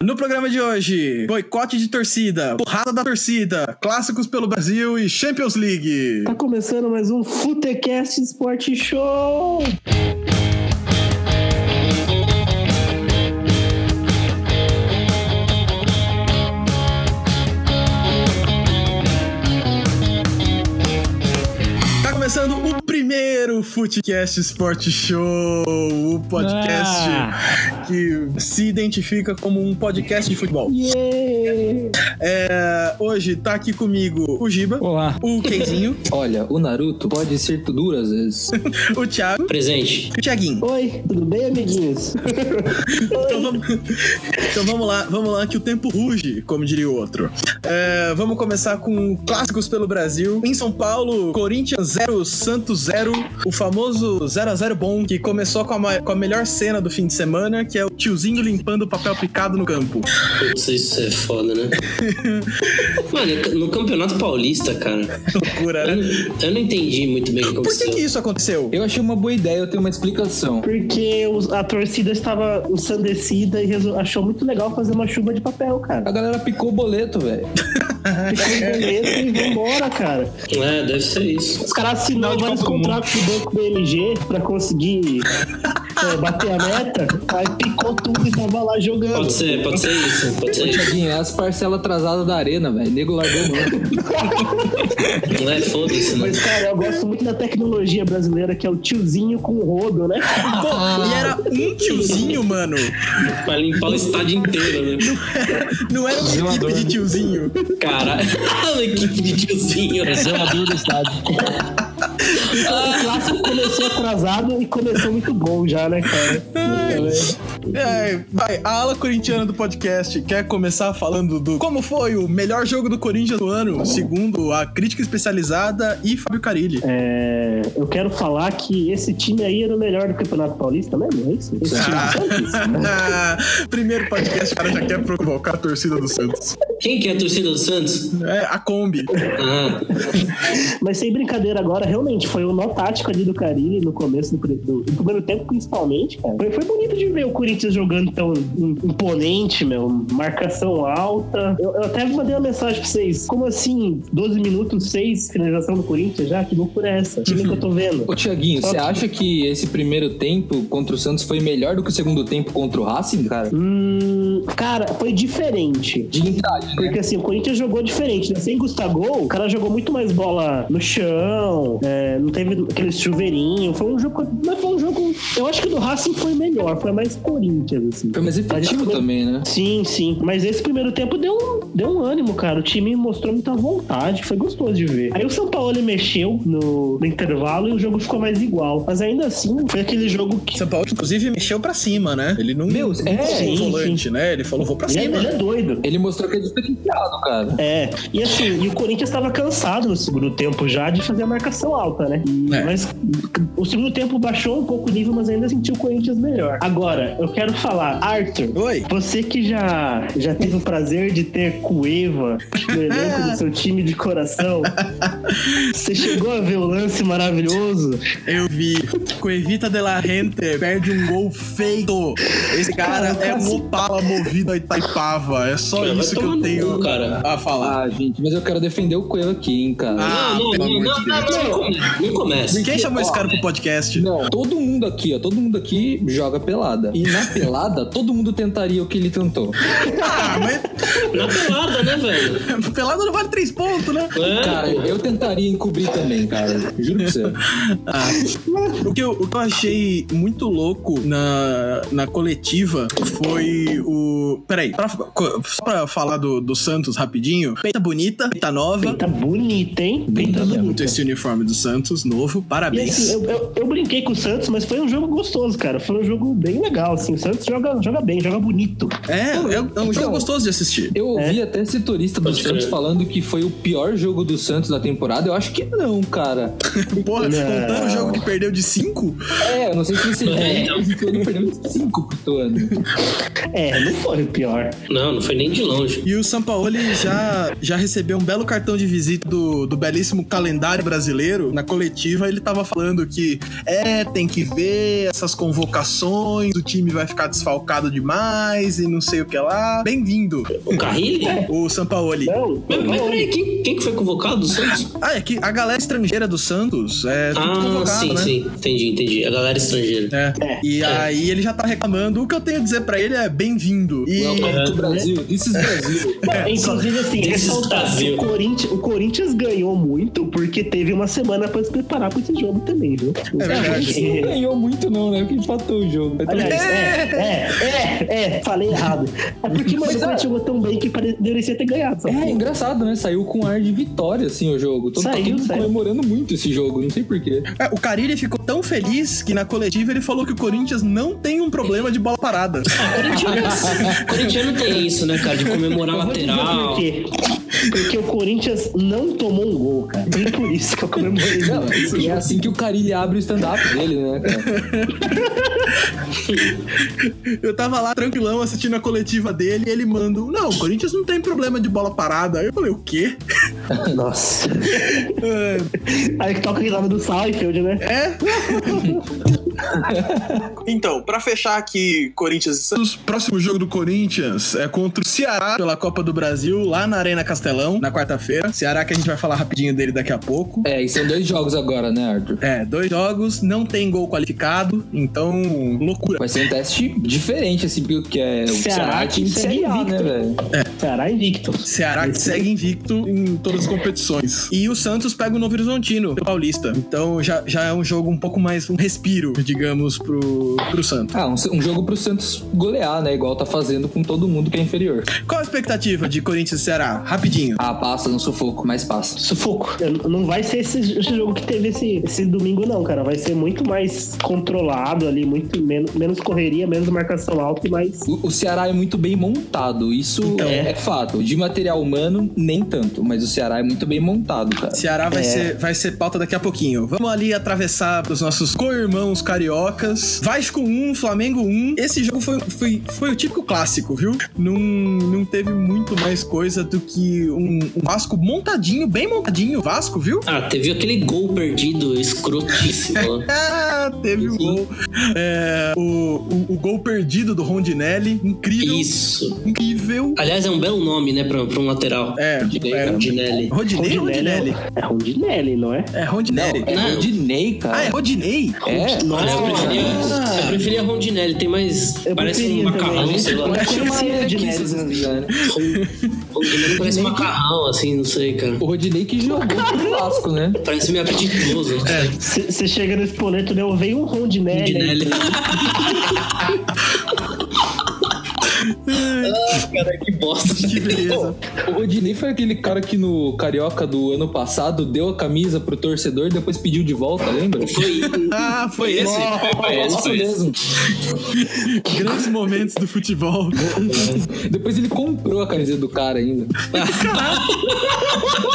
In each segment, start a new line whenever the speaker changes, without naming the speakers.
No programa de hoje, boicote de torcida, porrada da torcida, clássicos pelo Brasil e Champions League.
Tá começando mais um Futecast Esporte Show!
Tá começando o primeiro Footcast Sport Show, o podcast que se identifica como um podcast de futebol.
Yeah!
É, hoje tá aqui comigo o Giba,
Olá.
o Keizinho,
Olha, o Naruto pode ser duro às vezes.
o Thiago
Presente.
e o Thiaguinho.
Oi, tudo bem, amiguinhos?
Então vamos, então vamos lá, vamos lá que o tempo ruge, como diria o outro. É, vamos começar com clássicos pelo Brasil. Em São Paulo, Corinthians 0, Santos 0, o famoso 0 a 0 bom que começou com a, ma- com a melhor cena do fim de semana, que é o tiozinho limpando o papel picado no campo.
Putz, isso é foda, né? Mano, no Campeonato Paulista, cara,
Loucura,
eu
né?
não, eu não entendi muito bem o que
Por que,
aconteceu.
que isso aconteceu?
Eu achei uma boa ideia, eu tenho uma explicação.
Porque os- a torcida estava ensandecida e resol- achou muito legal fazer uma chuva de papel, cara.
A galera picou o boleto, velho.
Ficou beleza e vambora, cara.
É, deve ser isso.
Os caras assinaram vários contratos do banco BMG pra conseguir é, bater a meta, aí picou tudo e tava lá jogando.
Pode ser, pode ser isso, pode
Ô,
ser isso.
Thiaguinho, é as parcelas atrasadas da arena, velho. Nego largou a mão.
Não é foda-se, né?
Mas, cara, eu gosto muito da tecnologia brasileira, que é o tiozinho com o rodo, né?
Pô, e era um tiozinho, mano.
Pra limpar o estádio inteiro, né?
Não era uma equipe de tiozinho.
Caralho, uma equipe de tiozinho.
Zelador do estádio.
O clássico começou atrasado e começou muito bom já, né, cara?
É, vai, a ala corintiana do podcast quer começar falando do como foi o melhor jogo do Corinthians do ano, segundo a crítica especializada e Fábio Carilli.
É, eu quero falar que esse time aí era o melhor do Campeonato Paulista mesmo, é isso? né? Esse time do Santos?
Ah, Primeiro podcast, o cara já quer provocar a torcida do Santos.
Quem que é a torcida do Santos?
É, a Kombi.
Ah,
Mas sem brincadeira agora, realmente, foi o nó tático ali do Carilli no começo do, pri- do- do primeiro tempo, principalmente, cara. Foi, foi bonito de ver o Corinthians jogando tão im- imponente, meu. Marcação alta. Eu, eu até mandei uma mensagem pra vocês. Como assim, 12 minutos, 6, finalização do Corinthians já? Que loucura é essa? Que nem que eu tô vendo.
Ô, Tiaguinho, você acha que esse primeiro tempo contra o Santos foi melhor do que o segundo tempo contra o Racing, cara?
Hum, cara, foi diferente.
De verdade, né?
Porque assim, o Corinthians jogou diferente, né? Sem Gustavo, o cara jogou muito mais bola no chão, é, não teve aquele chuveirinho. Foi um jogo. Mas foi um jogo. Eu acho que o do Racing foi melhor, foi mais Corinthians, assim.
Foi mais efetivo também, né?
Sim, sim. Mas esse primeiro tempo deu um, deu um ânimo, cara. O time mostrou muita vontade, foi gostoso de ver. Aí o São Paulo ele mexeu no, no intervalo e o jogo ficou mais igual. Mas ainda assim, foi aquele jogo que.
São Paulo, inclusive, mexeu pra cima, né? Ele não.
Meu,
não
é,
falou
sim,
volante, né? Ele falou, vou pra
Ele é,
cima.
ele é doido.
Ele mostrou que é diferenciado, cara.
É, e assim, e o Corinthians estava cansado no segundo tempo já de fazer a marcação alta, né? E-
É.
Mas o segundo tempo baixou um pouco o nível, mas ainda sentiu o Corinthians melhor. Agora, eu quero falar, Arthur.
Oi.
Você que já, já teve o prazer de ter Cueva no elenco do seu time de coração, você chegou a ver o lance maravilhoso?
Eu vi. Coevita de la Rente perde um gol feito. Esse cara
Cara,
é
assim-
um opala movido a Itaipava. É só
Vai
isso que
tomar
eu
no
tenho
cu, cara.
a falar.
Ah, gente, mas eu quero defender o Coelho aqui, hein, cara.
Ah,
não,
pelo
não, não,
amor
não,
de
não,
Deus.
não, não, come- não começa.
Quem chamou esse cara pro podcast?
Não, todo mundo aqui, ó, todo mundo aqui joga pelada. E na pelada, todo mundo tentaria o que ele tentou.
Ah, mas
Na pelada, né, velho?
pelado não vale três pontos, né?
É,
Cara,
pô.
eu tentaria encobrir também, cara. Juro pra você.
Ah, O que eu, o que eu achei muito louco na, na coletiva foi o. Peraí, pra- só pra falar do, do Santos rapidinho. Peita bonita, peita nova.
Tá bonita, hein? Pinta
Muito
bonita.
esse uniforme do Santos, novo,
E
parabéns.
assim, eu, eu, eu brinquei com o Santos, mas foi um jogo gostoso, cara. Foi um jogo bem legal, assim. O Santos joga, joga bem, joga bonito.
É, é, um jogo
Então-
gostoso de assistir.
É.
Eu ouvi até esse turista do
Pode
Santos
crer.
falando que foi o pior jogo do Santos da temporada. Eu acho que não, cara.
Porra,
Não.
contando o jogo que perdeu de 5?
É, eu não sei se você
É,
é, mas o Ituano perdeu 5 pro Ituano.
É, não foi o pior.
Não, não foi nem de longe.
E o Sampaoli já, já recebeu um belo cartão de visita do, do belíssimo calendário brasileiro na coletiva, ele tava falando que é, tem que ver essas convocações, o time vai ficar desfalcado demais e não sei o que lá. Bem-vindo,
O Carrilli?
o Sampaoli.
Não,
Mas, mas
não.
peraí, quem, quem que foi convocado do Santos?
Ah, é que a galera estrangeira do Santos é tudo
Ah,
convocado,
sim,
né?
sim. Entendi, entendi. A galera estrangeira.
É.
É.
E
É.
aí ele já tá reclamando. O que eu tenho a dizer pra ele é bem-vindo. E
Welcome
É.
to Brasil. This is Brasil.
Não, inclusive, assim,
This is
ressaltar que
Brasil.
o Corinthians, o Corinthians ganhou muito porque teve uma semana pra se preparar pra esse jogo também, viu?
É verdade.
Não ganhou muito, não, né? Porque empatou o jogo. Vai tomar-
Aliás, é, é, é, é, falei errado. É então, porque mano, o Corinthians jogou tão bem que pare- deveria ter ganhado, sabe?
É engraçado, né? Saiu com ar de vitória, assim, o jogo. Todo, tá
Saiu,
todo mundo
saiu.
comemorando muito esse jogo, não sei porquê.
é, o Carilli ficou tão feliz que na coletiva ele falou que o Corinthians não tem um problema de bola parada.
Ah,
É.
corintiano, corintiano tem isso, né, cara? De comemorar
Eu vou te dizer
lateral.
Por quê? Porque o Corinthians não tomou um gol, cara. E por isso que eu comemorei.
Não, e é assim que o Carilli abre o stand-up dele, né, cara?
Eu tava lá tranquilão assistindo a coletiva dele e ele manda: um, Não, o Corinthians não tem problema de bola parada. Aí eu falei: O quê?
Nossa. Aí que toca aquele lado do Seinfeld, né?
É? então, pra fechar aqui, Corinthians e Santos, próximo jogo do Corinthians é contra o Ceará pela Copa do Brasil, lá na Arena Castelão, na quarta-feira. Ceará que a gente vai falar rapidinho dele daqui a pouco.
É, e são dois jogos agora, né, Arthur?
É, dois jogos, não tem gol qualificado, então loucura.
Vai ser um teste diferente, assim, porque é, o
Ceará
Ceará é
que
time de
segue
Série A, né,
invicto.
velho?
Ceará invicto.
Ceará que segue invicto em todas as competições. E o Santos pega o Novo Horizontino, o Paulista. Então já, já é um jogo um pouco mais um respiro, digamos, pro, pro Santos.
Ah, um, um jogo pro Santos golear, né? Igual tá fazendo com todo mundo que é inferior.
Qual a expectativa de Corinthians e Ceará? Rapidinho.
Ah, passa no sufoco, mas passa.
Sufoco. Eu- Não vai ser esse, esse jogo que teve esse, esse domingo, não, cara. Vai ser muito mais controlado ali, muito menos, menos correria, menos marcação alta e mais.
O, o Ceará é muito bem montado, isso
Então.
é.
É.
fato. De material humano, nem tanto, mas o Ceará é muito bem montado, cara.
Ceará vai, ser, vai ser pauta daqui a pouquinho. Vamos ali atravessar pros nossos co-irmãos cariocas. Vasco 1, Flamengo 1. Esse jogo foi, foi, foi o típico clássico, viu? Não, não teve muito mais coisa do que um, um Vasco montadinho, bem montadinho. Vasco, viu?
Ah, teve aquele gol perdido escrotíssimo.
Ah, teve o gol. É, o, o, o gol perdido do Rondinelli. Incrível.
Isso.
Incrível.
Aliás, é um belo nome, né, pra, pra um lateral.
É, é
Rondinelli.
Rodinei ou Rondinelli?
É Rondinelli, não é?
É
Não,
Rondinelli.
é
Não.
Ah,
Rodinei,
é
cara.
Rodinei?
é,
Olha, eu
Nossa.
preferia, eu preferia Rondinelli, tem mais.
Eu
parece um
preferia também.
macarrão, sei lá.
Eu acho que é uma
Sim, é
Rodinei, né?
aqui, se vocês não quiserem.
Rondinelli parece um macarrão, assim, não sei, cara.
O Rodinei que jogou pro Vasco, né?
Parece meio apetitoso. não
É.
sei.
Você chega nesse espoleto, né? Veio um Rondinelli.
Rondinelli. Ah, cara, que bosta.
Que beleza.
O Rodinei foi aquele cara que no Carioca do ano passado deu a camisa pro torcedor e depois pediu de volta, lembra?
Foi.
Ah, foi esse?
Foi esse,
Nossa,
foi esse.
mesmo.
Grandes momentos do futebol.
Depois ele comprou a camisa do cara ainda.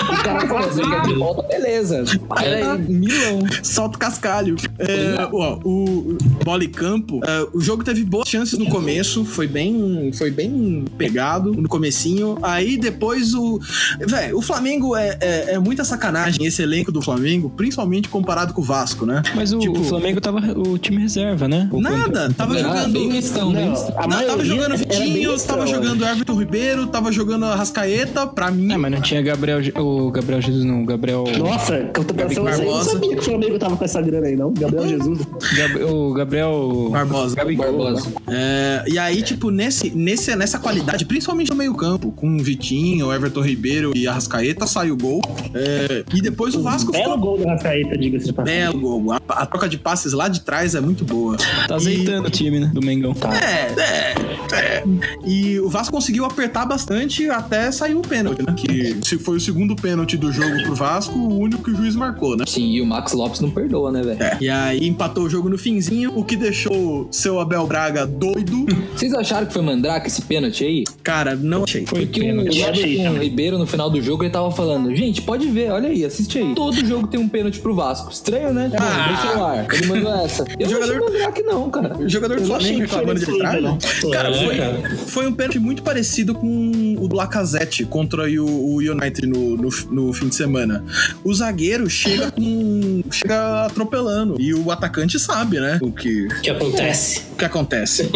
o cara falou assim, quer de volta, beleza. Era Milão.
Solta o cascalho. É, ó, o bola e campo. é, o jogo teve boas chances no começo. Foi bem, foi bem pegado no comecinho. Aí depois o. Véi, o Flamengo é, é, é muita sacanagem esse elenco do Flamengo, principalmente comparado com o Vasco, né?
Mas o,
Tipo-
o Flamengo tava o time reserva,
É,
né? O-
Nada, tava
Ah, bem
jogando.
questão, bem
Não,
questão.
a
é um Não, tava
maioria
jogando
era bem
Vitinho,
estranho,
tava
né?
jogando Everton Ribeiro, tava jogando a Rascaeta, pra mim.
É,
Ah, mas não tinha Gabriel, o Gabriel Jesus, não. o Gabriel.
Nossa, contratação
Gabi
assim, eu não
Barbosa. Ah,
sabia que o Flamengo tava com essa grana aí, não. Gabriel Jesus.
Gab- o Gabriel.
Barbosa.
Gabigol.
Barbosa.
É, e aí, tipo, nesse, nesse, nessa qualidade, principalmente no meio-campo, com Vitinho, Everton Ribeiro e Arrascaeta, sai o gol. É, e depois o Vasco
Belo
ficou.
gol do Rascaeta, diga-se de passagem.
Belo gol. A, a troca de passes lá de trás é muito boa.
Tá azeitando o time, né? Do Mengão.
É, é, é. E o Vasco conseguiu apertar bastante até sair o pênalti, né? Que se foi o segundo pênalti do jogo pro Vasco, o único que o juiz marcou, né?
Sim, e o Max Lopes não perdoa, né, velho?
E aí empatou o jogo no finzinho, o que deixou o seu Abel Braga doido.
Vocês acharam que foi mandrake esse pênalti aí?
Cara, não achei.
Foi
Porque o
pênalti.
Eu achei
Everton
também.
Ribeiro, no final do jogo, ele tava falando: Gente, pode ver, olha aí, assiste aí. Todo jogo tem um pênalti pro Vasco. Estranho, né? Pô,
Ah.
Deixa no ar. Ele mandou essa. Eu
Jogador-
não achei mandar que não, cara.
O jogador do
Eu não
Flamengo
achei
reclamando de
diferente,
arbitragem. Cara,
É,
foi,
cara.
foi um pênalti muito parecido com o do Lacazette contra o, o United no, no, no fim de semana. O zagueiro chega com. chega atropelando. E o atacante sabe, né? O que,
O que acontece?
o que acontece.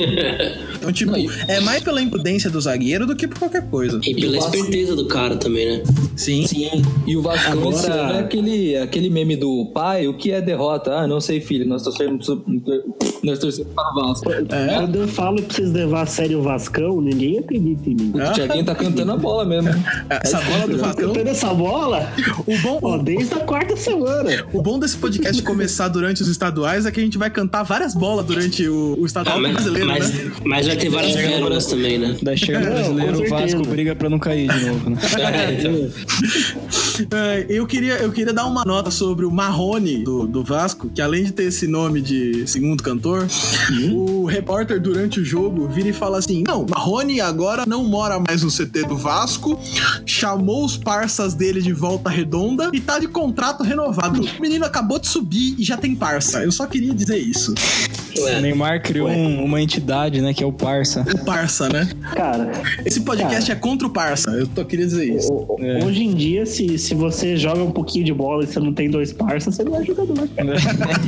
Então, tipo,
Não, e-
é mais pela imprudência do zagueiro do que por qualquer coisa.
E pela
Eu acho-
esperteza do cara também, né?
Sim.
Sim. E o Vasco
Agora-
esse ano é aquele, aquele meme do pai, o que é derrota? Ah, não sei, filho. Nós torcemos, nós torcemos para o Vasco.
É.
Quando eu falo pra vocês levar a sério o Vascão, ninguém acredita em mim.
O Thiaguinho tá cantando a bola mesmo.
Ah.
É
É
né?
Essa bola do
Eu
Vascão.
assim.
pego essa bola,
O bom,
ó, desde a quarta semana.
O bom desse podcast começar durante os estaduais é que a gente vai cantar várias bolas durante o, É o estadual
Ah, mas,
brasileiro,
mas,
né?
mas vai ter várias pérolas também, né?
Daí chega no
Não,
brasileiro,
com
o Vasco
certeza.
briga pra não cair de novo, né?
É, então.
É, eu, queria, eu queria dar uma nota sobre o Marrone do, do Vasco, que além de ter esse nome de segundo cantor, o repórter durante o jogo vira e fala assim: Não, Marrone agora não mora mais no CT do Vasco, chamou os parças dele de volta redonda e tá de contrato renovado. O menino acabou de subir e já tem parça. Eu só queria dizer isso.
O
Ué,
Neymar criou um- uma entidade, né? Que é o Parça.
O parça, né?
Cara,
Esse podcast é contra o parça. Eu tô, queria dizer isso.
o- o-
É.
hoje em dia, se, se você joga um pouquinho de bola e você não tem dois parças, você não é jogador, cara.
Né?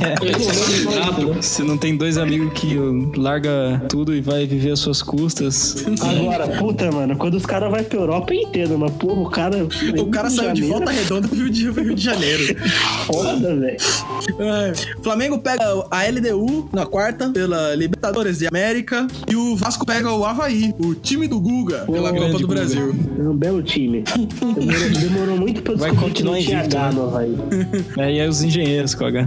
esse cara é brabo.
Você não tem dois amigos que ó, larga tudo e vai viver às suas custas.
Agora, puta, mano, quando os caras vão pra Europa, eu entendo, mas porra, o cara.
O cara saiu de volta redonda pro Rio de, pro Rio de Janeiro.
Foda, velho.
É. Flamengo pega a LDU na quarta pela Libertadores de América e o Vasco pega o Havaí, o time do Guga, pela
grande
Copa do
Guga.
Brasil.
É um belo time. Demorou, demorou muito pra eu
Vai
descobrir
continuar
que não tinha
invicto,
H
né?
no Havaí.
Aí é os engenheiros com H.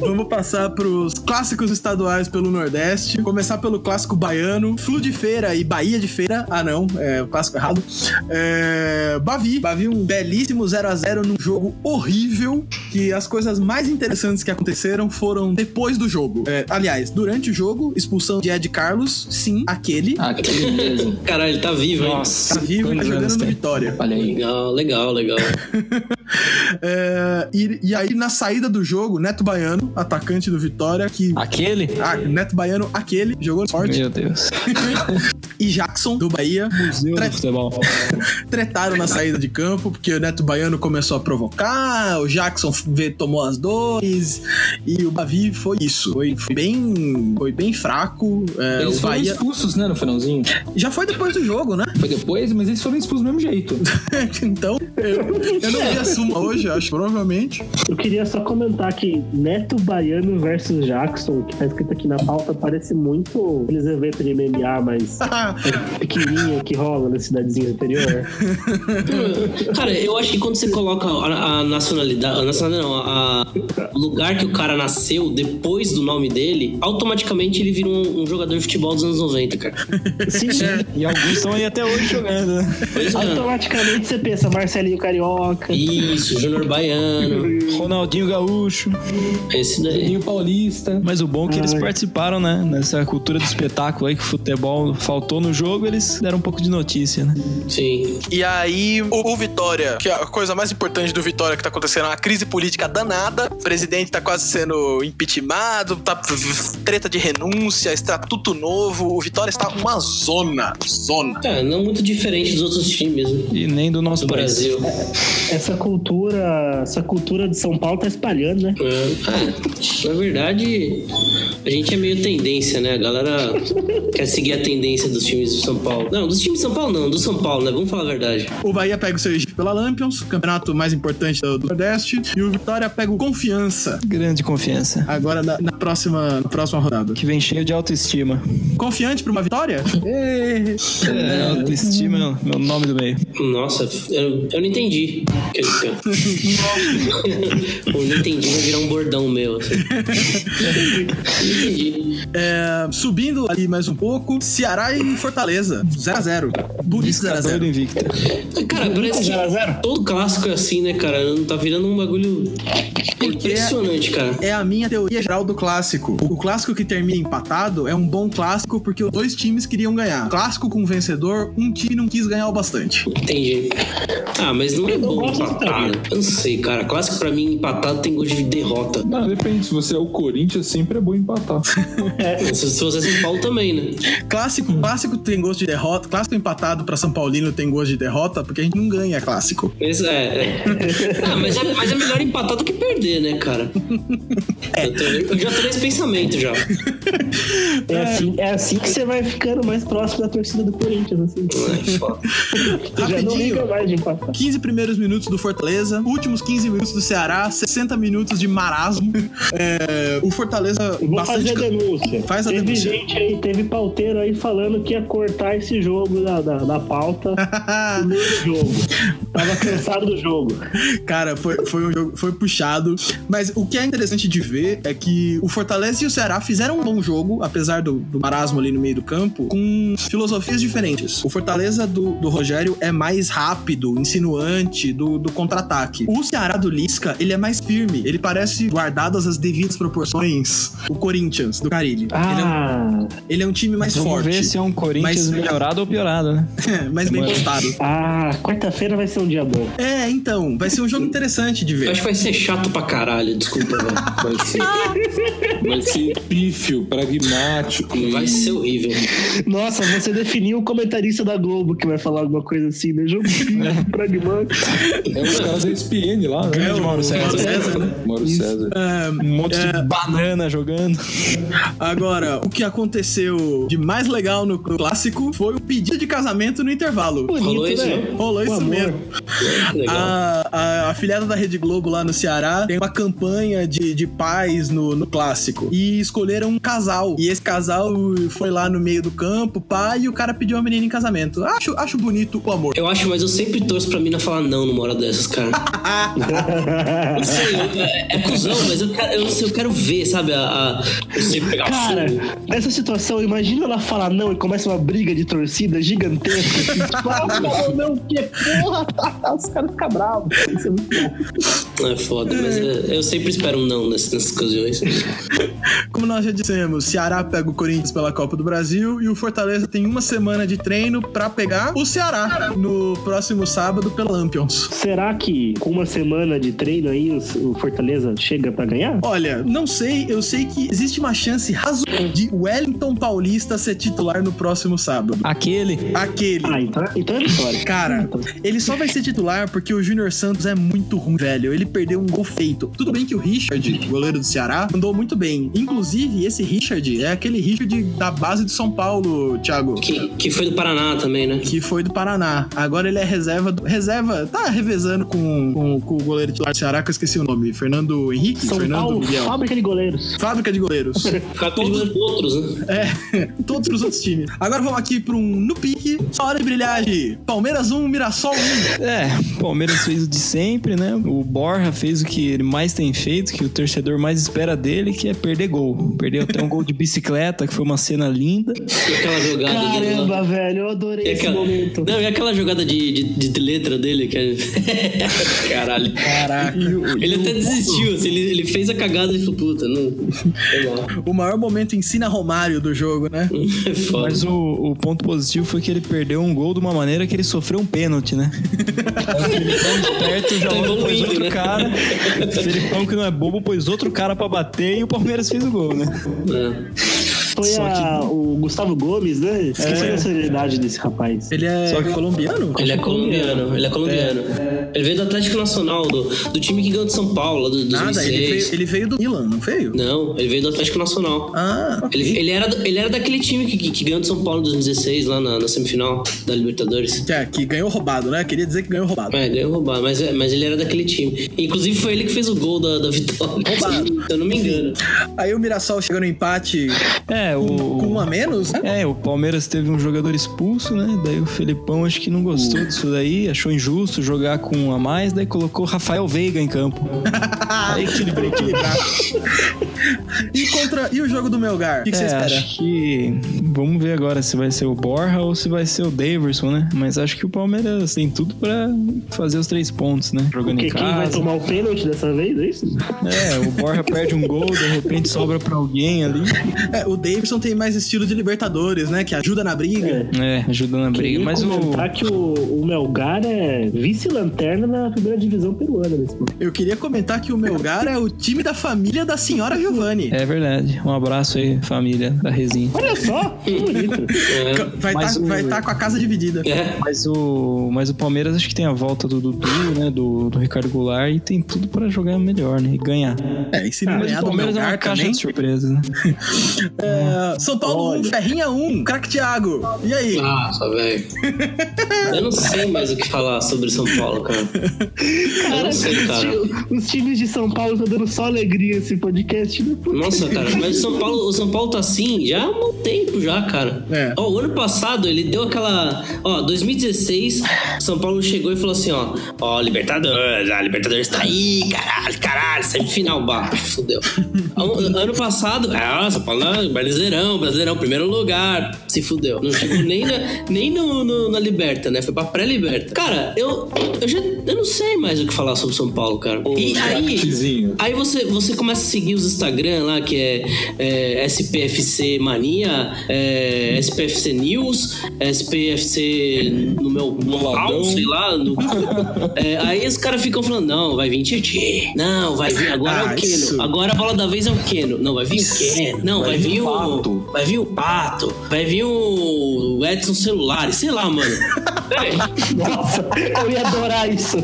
Vamos passar pros clássicos estaduais pelo Nordeste. Começar pelo clássico baiano, Flu de Feira e Bahia de Feira. Ah, não, é o clássico errado. É, Bavi. Bavi, um belíssimo 0 a 0 num jogo horrível. Que as coisas mais interessantes que aconteceram foram depois do jogo. É, aliás, durante o jogo, expulsão de Ed Carlos, sim, aquele.
Ah, que beleza.
Caralho, ele tá vivo, hein?
Tá vivo e tá
quantos anos
jogando no
tem?
Vitória.
né? Olha aí.
Legal, legal, legal.
É, e, e aí, na saída do jogo, Neto Baiano, atacante do Vitória, que.
Aquele?
Ah, Neto Baiano, aquele, jogou forte.
Meu Deus.
E Jackson, do Bahia,
Museu
Tre-
do futebol.
tretaram na saída de campo, porque o Neto Baiano começou a provocar, o Jackson vê- tomou as dores, e o Bavi foi isso. Foi, foi bem, foi bem fraco. é,
Eles
o
foram
Bahia.
expulsos, né, no finalzinho.
Já foi depois do jogo, né?
Foi depois, mas eles foram expulsos do mesmo jeito.
então, eu, eu não vi a suma hoje, acho, provavelmente.
Eu queria só comentar que Neto Baiano versus Jackson, que tá escrito aqui na pauta, parece muito aqueles eventos de MMA, mas pequenininho que rola na cidadezinha interior. né?
Cara, eu acho que quando você coloca a, a nacionalidade, a nacionalidade não, a- o lugar que o cara nasceu depois do nome dele, automaticamente ele vira um, um jogador de futebol dos anos 90, cara.
Sim,
É.
E alguns estão aí até hoje jogando. né?
Pois é.
automaticamente você pensa Marcelinho Carioca.
Isso, Júnior Baiano,
Ronaldinho Gaúcho.
esse daí.
E o Paulista.
Mas o bom é que eles
Ai.
participaram, né? Nessa cultura do espetáculo aí que o futebol faltou no jogo, eles deram um pouco de notícia, né?
Sim.
E aí, o, o Vitória, que é a coisa mais importante do Vitória que tá acontecendo é uma crise política danada. O presidente tá quase sendo impeachmentado, tá treta de renúncia, estatuto novo. O Vitória está uma zona. Zona.
Tá, não muito diferente dos outros times né,
E nem do nosso
do
país.
Brasil.
Essa cultura, essa cultura de São Paulo tá espalhando, né?
É. Ah, na verdade, a gente é meio tendência, né? A galera quer seguir a tendência dos times do São Paulo. Não, dos times de São Paulo não, do São Paulo, né? Vamos falar a verdade.
O Bahia pega o seu Egito pela Lampions, campeonato mais importante do, do Nordeste. E o Vitória pega o Confiança,
Grande confiança.
agora na, na próxima, na próxima rodada.
Que vem cheio de autoestima.
Confiante pra uma vitória? Ê,
É, autoestima é o meu nome do meio.
Nossa, eu, eu não entendi. o que ele quer. o Nintendinho vai virar um bordão meu. Assim. Entendi.
É, subindo ali mais um pouco, Ceará e Fortaleza. 0x0. Bonito
Doido
0x0.
invicta.
Cara, parece que
Zero a zero?
todo clássico é assim, né, cara? Não Tá virando um bagulho impressionante, cara.
É a minha teoria geral do clássico. O clássico que termina empatado é um bom clássico porque os dois times queriam ganhar. Clássico com vencedor, um time não quis ganhar o bastante.
Entendi. Ah, mas não é bom
gosto dessa
empatado. Eu não sei, cara. Clássico pra mim, empatado tem gosto de derrota.
Não, depende. Se você é o Corinthians, sempre é bom empatar.
Se, se você é São Paulo também, né?
Clássico, clássico tem gosto de derrota. Clássico empatado pra São Paulino tem gosto de derrota porque a gente não ganha clássico.
Mas é. é. Ah, mas, é mas é melhor empatar do que perder, né, cara? Eu, tô- eu já tô nesse pensamento já.
É assim, é assim que você vai ficando mais próximo da torcida do Corinthians. Assim.
É, foda.
Você já não
Rapidinho.
liga mais de empatar.
15 primeiros minutos do Fortaleza, últimos 15 minutos do Ceará, 60 minutos de marasmo. É, o Fortaleza
Eu Vou
bastante.
fazer a denúncia.
Faz a
teve
denúncia.
gente aí, teve pauteiro aí falando que ia cortar esse jogo da, da, da pauta do meio do jogo. Tava cansado do jogo.
é Cara, foi, foi um jogo, foi puxado. Mas o que é interessante de ver é que o Fortaleza e o Ceará fizeram um bom jogo, apesar do, do marasmo ali no meio do campo, com filosofias diferentes. O Fortaleza do, do Rogério é mais rápido, insinuante, do, do contra-ataque. O Ceará do Lisca, ele é mais firme. Ele parece guardadas as devidas proporções. O Corinthians, do Carilli. Ele, é um,
Ah,
ele é um time mais
Vamos
forte,
ver se é um
Mas-
Corinthians melhorado ou piorado, né?
mais bem
Mano.
postado.
ah quarta-feira vai ser um dia bom.
É, então, vai ser um jogo interessante de
Eu
ver.
Acho que vai ser chato pra caralho, desculpa, velho.
Vai ser, vai ser pífio, pragmático. e-
Vai ser horrível.
Nossa, você definiu o comentarista da Globo que vai falar alguma coisa assim, né? Jogo pragmático.
É os caras da ESPN lá, né?
É, o é, Mauro César. Mauro César, né?
Mauro César.
Um monte de banana jogando.
Agora, o que aconteceu de mais legal no clássico foi o pedido de casamento no intervalo.
Rolou isso, né?
Rolou
O
isso
amor.
mesmo.
Tá Legal.
A, a, a filhada da Rede Globo lá no Ceará tem uma campanha de, de paz no, no clássico. E escolheram um casal. E esse casal foi lá no meio do campo, pá, e o cara pediu a menina em casamento. Acho, acho bonito o amor.
Eu acho, mas eu sempre torço pra mina falar não numa hora dessas, cara. Não sei, eu- é, é cuzão, mas eu quero, eu, não sei, eu quero ver, sabe? A, a, você pegar
Cara,
fogo.
nessa situação, imagina ela falar não e começa uma briga de torcida gigantesca. Assim, fala, não, não, que porra, tá, os caras ficam bravos. Isso é muito bom.
É foda, mas é- eu sempre espero um não nessas, nessas ocasiões.
Como nós já dissemos, Ceará pega o Corinthians pela Copa do Brasil e o Fortaleza tem uma semana de treino pra pegar o Ceará no próximo sábado pela Lampions.
Será que com uma semana de treino aí os- o Fortaleza chega pra ganhar?
Olha, não sei, eu sei que existe uma chance razoável de Wellington Paulista ser titular no próximo sábado.
Aquele.
Aquele.
Ah, então, então é vitória.
Cara,
Então,
ele só vai ser titular porque o Júnior Santos é muito ruim, velho. Ele perdeu um gol feito. Tudo bem que o Richard, goleiro do Ceará, andou muito bem. Inclusive, esse Richard é aquele Richard da base de São Paulo, Thiago.
Que, que foi do Paraná também, né?
que foi do Paraná. Agora ele é reserva. do- reserva, tá revezando com, com, com o goleiro titular do Ceará, que eu esqueci o nome. Fernando Henrique?
São
Fernando
Paulo,
Miguel.
fábrica de goleiros.
Fábrica de goleiros.
Ficar com os outros, né?
é, todos os outros times. Agora vamos aqui pra um no pique. Só hora de brilhagem. Palmeiras 1, Mirassol 1.
É, o Palmeiras fez o de sempre, né? O Borja fez o que ele mais tem feito, que o torcedor mais espera dele, que é perder gol. Perdeu até um gol de bicicleta, que foi uma cena linda.
E aquela jogada dele lá.
Caramba, velho, eu adorei
E
esse
aquela,
momento.
não, e aquela jogada de, de, de letra dele, que é... Caralho.
Caraca.
Ele até desistiu, assim, ele, ele fez a cagada e falou, puta, não. Sei lá.
O maior momento ensina Romário do jogo, né?
É foda.
Mas o, o ponto positivo foi que ele perdeu um gol de uma maneira que ele sofreu um pênalti, né? O Felipão esperto já
Tá
logo pôs
evoluindo,
outro
né?
cara. O Felipão, que não é bobo, pôs outro cara pra bater e o Palmeiras fez o gol, né?
É.
Foi a- o Gustavo Gomes, né? Esqueci da seriedade desse rapaz.
Ele é
Só que-
colombiano?
Ele é colombiano, ele é colombiano. Ele veio do Atlético Nacional, do, do time que ganhou de São Paulo, lá do
Nada, ele
2006.
veio, ele veio do Milan, não veio?
Não, ele veio do Atlético Nacional.
Ah,
Ele, ele era, do- ele era daquele time que, que, que ganhou de São Paulo em 2016, lá na, na semifinal da Libertadores.
que, é, que ganhou roubado, né? Queria dizer que ganhou roubado.
É, ganhou roubado, mas, é- mas ele era daquele time. Inclusive foi ele que fez o gol da, da vitória.
Roubado.
Se eu não me engano.
Aí o Mirassol chegou no empate
É, É, o.
Com um a menos, né?
É, o Palmeiras teve um jogador expulso, né? Daí o Felipão acho que não gostou disso daí, achou injusto jogar com um a mais, daí colocou Rafael Veiga em campo. Aí equilibrou.
Equilibrado. e, contra, e o jogo do Melgar? O que, que você
É,
espera?
acho que. Vamos ver agora se vai ser o Borja ou se vai ser o Daverson, né? Mas acho que o Palmeiras tem tudo pra fazer os três pontos, né? Jogando
Porque
em
quem vai
casa.
tomar o pênalti dessa vez, é isso?
É, o Borja perde um gol, de repente sobra pra alguém ali.
É, o Davidson tem mais estilo de Libertadores, né? Que ajuda na briga.
É, ajudando a briga.
Queria
Mas o.
comentar que o, o Melgar é vice-lanterna na primeira divisão peruana nesse momento.
Eu queria comentar que o Melgar é o time da família da senhora Giovanni.
É verdade. Um abraço aí, família da Resinha.
Olha só, que bonito.
É.
Vai estar
Mas o-
com a casa dividida.
É.
Mas o, mas o Palmeiras acho que tem a volta do Dudu, né? Do, do Ricardo Goulart e tem tudo pra jogar melhor, né? E ganhar.
É, e se não
Mas
ganhar
o
do
Palmeiras é uma
Melgar
caixa
também.
de surpresas, né?
é, São Paulo 1,
Olha.
Ferrinha 1, craque Thiago. E aí?
Nossa, velho. Eu não sei mais o que falar sobre São Paulo, cara. Eu não sei, cara. tá-
Os times de São Paulo estão dando só alegria esse podcast. Né?
Nossa, cara, mas o São Paulo, o São Paulo tá assim já há um tempo já, cara.
É.
Ó, o ano passado ele deu aquela, ó, 2016, São Paulo chegou e falou assim, ó, ó, Libertadores, a Libertadores tá aí, caralho, caralho, semifinal, bah, fudeu. Ano- ano passado, ah, São Paulo, ah, Brasileirão, Brasileirão, primeiro lugar, se fudeu. Não chegou nem na, nem no, no- na Liberta, né? Foi pra pré-Liberta. Cara, eu, eu já, eu não sei mais o que falar sobre São Paulo, cara. E aí...
Tizinho.
Aí você, você começa a seguir os Instagram lá, que é, é, SPFC Mania, é, SPFC News, SPFC no meu
Boladão.
pau, sei lá. no- É, aí os caras ficam falando, não, vai vir Tietê. Não, vai vir agora
Ah,
é o Keno.
isso.
Agora a bola da vez é o Keno. Não, vai vir o Keno. Não, vai, vir o...
Pato.
Vai vir o Pato. Vai vir o Edson Celulares. Sei lá, mano. Véi.
Nossa, eu ia adorar isso.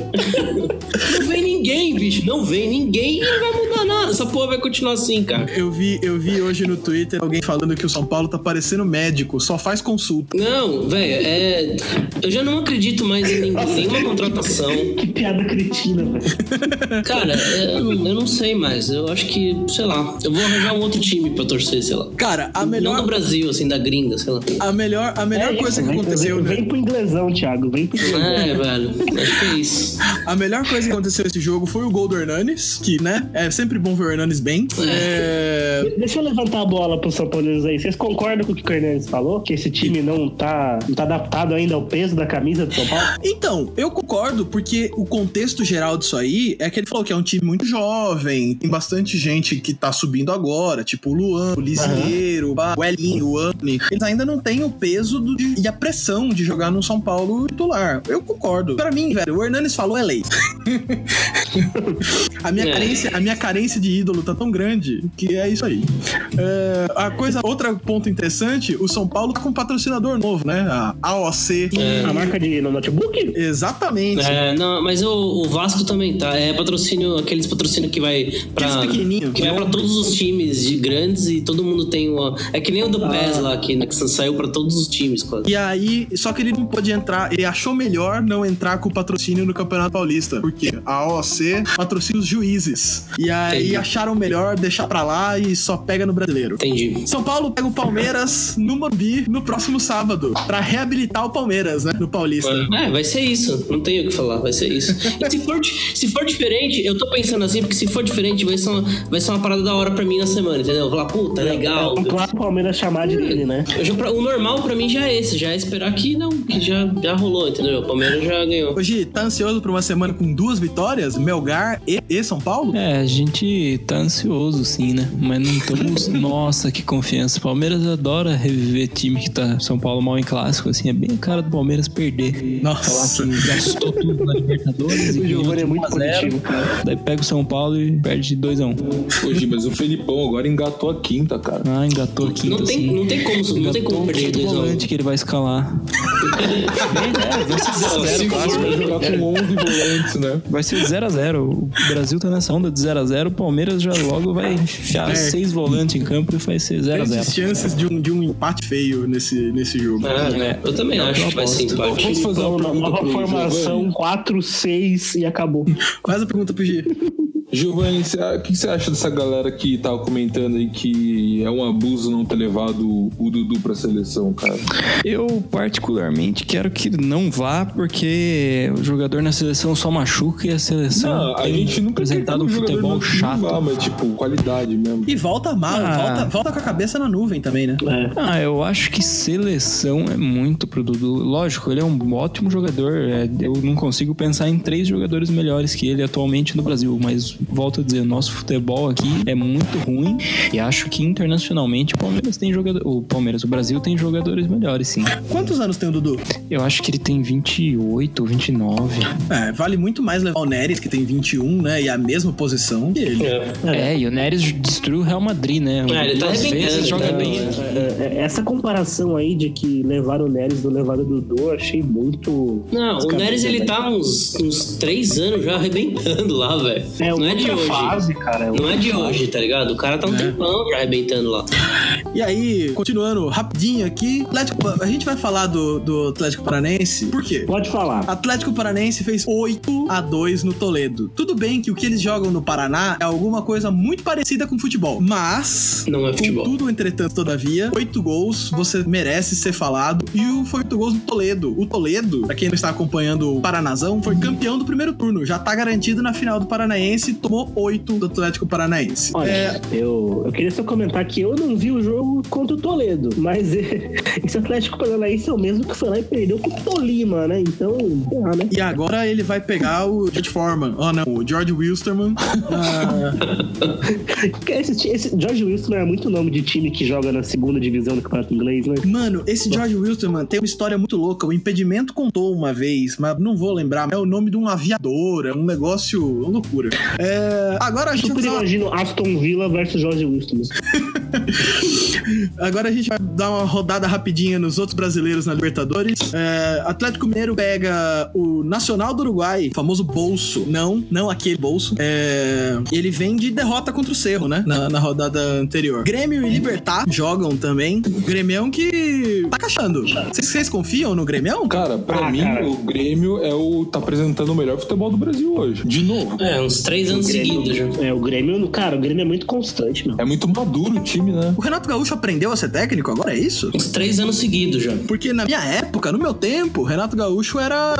Não vem ninguém, bicho. Não vem ninguém e não vai mudar nada. Essa porra vai continuar assim, cara.
Eu vi, eu vi hoje no Twitter alguém falando que o São Paulo tá parecendo médico, só faz consulta.
Não, velho, é. Eu já não acredito mais em nin- nenhuma contratação.
Que piada cretina, velho.
Cara, é, eu eu não sei mais. Eu acho que, sei lá, eu vou arranjar um outro time pra torcer, sei lá.
Cara, a
Não do
melhor,
Brasil, assim, da gringa, sei lá.
a melhor, a melhor
É
coisa
isso,
que
vem-
aconteceu,
Vem,
né?
vem pro inglesão, Thiago. Vem pro inglesão.
É, velho. Acho que é isso.
A melhor coisa que aconteceu nesse jogo foi o gol do Hernanes, que, né? É sempre bom ver o Hernanes bem. É,
Deixa eu levantar a bola pro São Paulo aí. Vocês concordam com o que o Fernandes falou? Que esse time não tá, não tá adaptado ainda ao peso da camisa do São Paulo?
Então, eu concordo, porque o contexto geral disso aí é que ele falou que é um time muito jovem, tem bastante gente que tá subindo agora, tipo o Luan, o Lisieiro, o Elinho, o Anne. Eles ainda não têm o peso do- de- e a pressão de jogar no São Paulo titular. Eu concordo. Pra mim, velho, o Hernanes falou é lei. a, minha
É.
carência, a minha carência de ídolo tá tão grande que é isso aí. É, a coisa, outro ponto interessante, o São Paulo tá com um patrocinador novo, né? A AOC.
A marca de no notebook?
Exatamente.
É, não, mas o, o Vasco também tá. É patrocínio, aqueles patrocínio que vai pra.
Aqueles pequenininhos,
Que vai
né?
pra todos os times de grandes e todo mundo tem uma. É que nem o
Ah.
do PES lá, que, né, que saiu pra todos os times quase.
E aí, só que ele não pôde entrar, ele achou melhor não entrar com o patrocínio no Campeonato Paulista, porque a OC patrocina os juízes. E aí
Entendi.
acharam melhor deixar pra lá e só pega no brasileiro.
Entendi.
São Paulo pega o Palmeiras no Morbi no próximo sábado, Pra reabilitar o Palmeiras, né, no Paulista.
É, vai ser isso. Não tenho o que falar, vai ser isso. E se for, di- se for diferente, eu tô pensando assim, porque se for diferente, vai ser uma, vai ser uma parada da hora pra mim na semana, entendeu? Eu vou falar, puta, legal.
É um claro o Palmeiras chamar de dele, né?
Eu já- o normal pra mim já é esse, já é esperar que não, que já, já rolou, entendeu? O Palmeiras já ganhou.
Hoje, tá ansioso pra uma semana com duas vitórias? Melgar e, e São Paulo?
É, a gente tá ansioso sim, né? Mas não estamos. Nossa, que confiança. O Palmeiras adora reviver time que tá São Paulo mal em clássico, assim. É bem a cara do Palmeiras perder.
Nossa.
Falar que gastou tudo na Libertadores. e
O
ganhou
Giovanni é
de
um
muito
1 a 0.
positivo, cara.
Daí pega o São Paulo e perde um. de 2x1.
Hoje, mas o Felipão agora engatou a quinta, cara.
Ah, engatou aqui.
Não tem, não tem como, não tem como perder
o é
dois a um.
volante que ele vai escalar.
Não, se
Cinco
for-
né?
vai jogar com 11 volantes, né?
Vai ser 0x0. O Brasil tá nessa onda de 0x0. O Palmeiras já logo vai enfiar
É.
seis volantes em campo e vai ser
É,
Grandes
0x0.
chances de um, de um empate feio nesse, nesse jogo.
É,
Ah, né? Eu também acho que vai ser empate. né?
Posso fazer uma
Então,
pergunta
nova
pro
formação
Giovanni?
4-6 e acabou.
Faz a pergunta pro G.
Giovanni, cê- o que você acha dessa galera que tava comentando aí que é um abuso não ter levado o Dudu pra seleção, cara?
Eu particularmente quero que não vá, porque o jogador na seleção só machuca e a seleção
Não, a
tem
gente nunca
apresentado
critica
um
jogador
futebol
não-
chato.
Não vá, mas, tipo, qualidade mesmo.
E volta mal,
Ah.
volta, volta com a cabeça na nuvem também, né?
É.
Ah, eu acho que seleção é muito pro Dudu. Lógico, ele é um ótimo jogador. é, eu não consigo pensar em três jogadores melhores que ele atualmente no Brasil. Mas volto a dizer, nosso futebol aqui é muito ruim. E acho que internacionalmente o Palmeiras tem jogador. O Palmeiras, o Brasil tem jogadores melhores, sim.
Quantos anos tem o Dudu?
Eu acho que ele tem 28, 29.
É, vale muito mais levar o Neres, que tem 21, né? E a mesma posição que ele.
É, e o Neres destruiu o Real Madrid, né?
É, ele tá
Duas
arrebentando,
vezes,
ele
joga
tá-
bem.
É, é, Essa comparação aí de que levaram o Neres do levaram o Dudu, eu achei muito.
Não, o
descabido,
Neres ele
velho.
tá uns, uns três anos já arrebentando lá, velho.
É,
Não é de
outra
hoje.
fase, cara.
Não é de hoje, tá ligado? O cara tá um tempão já arrebentando lá.
E aí, continuando rapidinho aqui, Atlético- a gente vai falar do, do Atlético Paranense. Por quê?
Pode falar.
Atlético Paranense fez 8 a 2 no Toledo. Tudo bem que o que eles jogam no Paraná é alguma coisa muito parecida com futebol, mas
Não é futebol.
Contudo, entretanto, todavia, oito gols, você merece ser falado. E o- foi oito gols do Toledo. O Toledo, pra quem não está acompanhando o Paranazão, foi campeão do primeiro turno. Já tá garantido na final do Paranaense, tomou oito do Atlético Paranaense.
Olha,
É,
eu, eu queria só comentar que eu não vi o jogo contra o Toledo, mas esse Atlético Paranaense é o mesmo que foi lá e perdeu com o Tolima, né? Então, sei lá, né?
E agora ele vai pegar o George Foreman. Oh, não, o George Wilstermann. Ah,
Esse, ti- esse George Wilson é muito nome de time que joga na segunda divisão do Campeonato Inglês, né?
mano, esse George Wilstermann tem uma história muito louca. O impedimento contou uma vez, mas não vou lembrar. É o nome de um aviador, é um negócio. Uma loucura. É, agora a gente vai
Super
fazer uma-
imagino Aston Villa versus George Wilson.
Agora a gente vai dar uma rodada rapidinha nos outros brasileiros na Libertadores. É, Atlético Mineiro pega o Nacional do Uruguai, famoso bolso. Não, não aquele bolso. É, ele vem de derrota contra o Cerro, né? Na, na rodada anterior. Grêmio e Libertar jogam também. Grêmio que tá cachando. Vocês, vocês confiam no Grêmio?
Cara, pra
Ah,
mim,
cara.
o Grêmio é o. tá apresentando o melhor futebol do Brasil hoje. De novo.
É, uns três anos seguidos já.
É, o Grêmio, cara, o Grêmio é muito constante, meu.
É muito maduro o time, né?
O Renato Gaúcho aprendeu a ser técnico agora, é isso?
Uns três anos seguidos já.
Porque na minha época, no meu tempo, Renato Gaúcho era,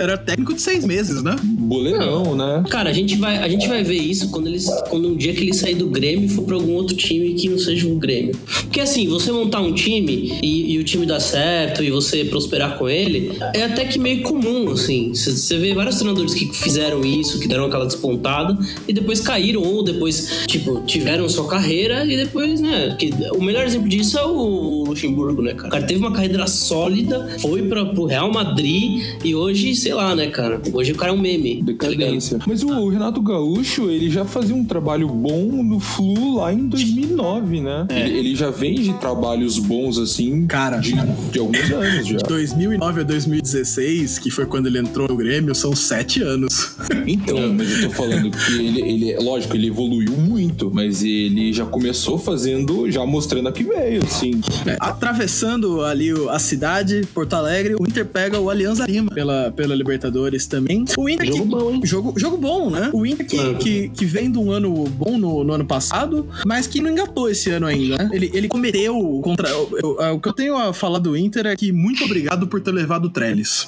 era técnico de seis meses, né?
Boleirão,
É.
né?
Cara, a gente vai, a gente vai ver isso quando, eles, quando um dia que ele sair do Grêmio e for pra algum outro time que não seja o Grêmio. Porque assim, você montar um time e, e o time dar certo e você prosperar com ele, é até que meio comum, assim. C- Você vê vários treinadores que fizeram isso, que deram aquela despontada e depois caíram ou depois, tipo, tiveram sua carreira e depois, né? Porque o melhor exemplo disso é o Luxemburgo, né, cara? O cara teve uma carreira sólida, foi pra, pro Real Madrid e hoje, sei lá, né, cara? Hoje o cara é um meme. Tá ligado?
Decadência. Mas o Renato Gaúcho, ele já fazia um trabalho bom no Flu lá em 2009, né?
É.
Ele, ele já vem de trabalhos bons, assim,
Cara.
de, de alguns anos já.
2009 a 2016, que foi quando ele entrou no Grêmio, são sete anos.
Então, mas eu tô falando que ele, ele- lógico, ele evoluiu muito, mas ele já começou fazendo, já mostrando a que veio, assim.
É, Atravessando ali o- a cidade, Porto Alegre, o Inter pega o Alianza Lima pela, pela Libertadores também. O Inter
Jogo
que-
bom, hein? É.
Jogo, jogo bom, né? O Inter que,
Claro.
que, que vem de um ano bom no, no ano passado, mas que não engatou esse ano ainda, né? Ele, ele cometeu contra. eu- eu- ah, o que eu tenho a falar do Inter é que muito obrigado por ter levado o Trellis.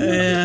é,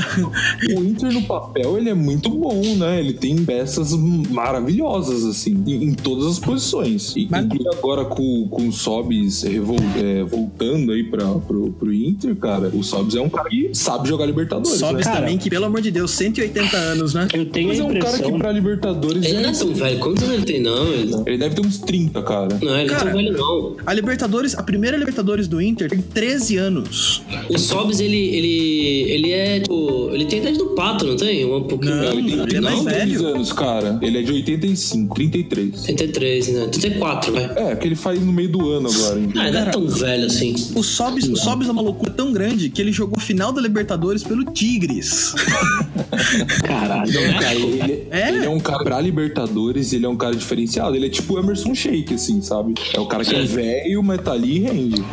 O Inter no papel, ele é muito bom, né? Ele tem peças maravilhosas, assim, em, em todas as posições. E,
Mas-
Inclusive agora com, com o Sobis revol- é, voltando aí pra, pro, pro Inter, cara, o Sobis é um cara que sabe jogar Libertadores,
Sobes
né?
Cara.
também, que pelo amor de Deus, 180 anos, né?
Eu tenho
Mas é
a
um cara
impressão.
que pra Libertadores,
Ele
ele,
não é tão velho. Quantos anos ele tem, não? Ele...
ele deve ter uns 30, cara.
Não, ele não é
Cara.
tão velho, não.
A Libertadores, a primeira Libertadores do Inter tem 13 anos.
O Sobs, ele, ele, ele é, tipo... Ele tem a idade do Pato, não tem? Um pouquinho.
Não,
Ele
ele
tem
é mais
33
velho.
anos, cara. Ele é de 85, 33.
33, né? 34, vai.
É, aquele ele faz no meio do ano agora. entendeu?
Ah, não é tão velho assim.
O Sobis, o Sobis é uma loucura tão grande que ele jogou final da Libertadores pelo Tigres.
Caralho.
Cara, ele,
É?
ele é um cara pra Libertadores, ele é um cara diferenciado. Ele é tipo o Emerson Shake, assim, sabe? É o cara que é
Sim.
velho, mas tá ali e rende.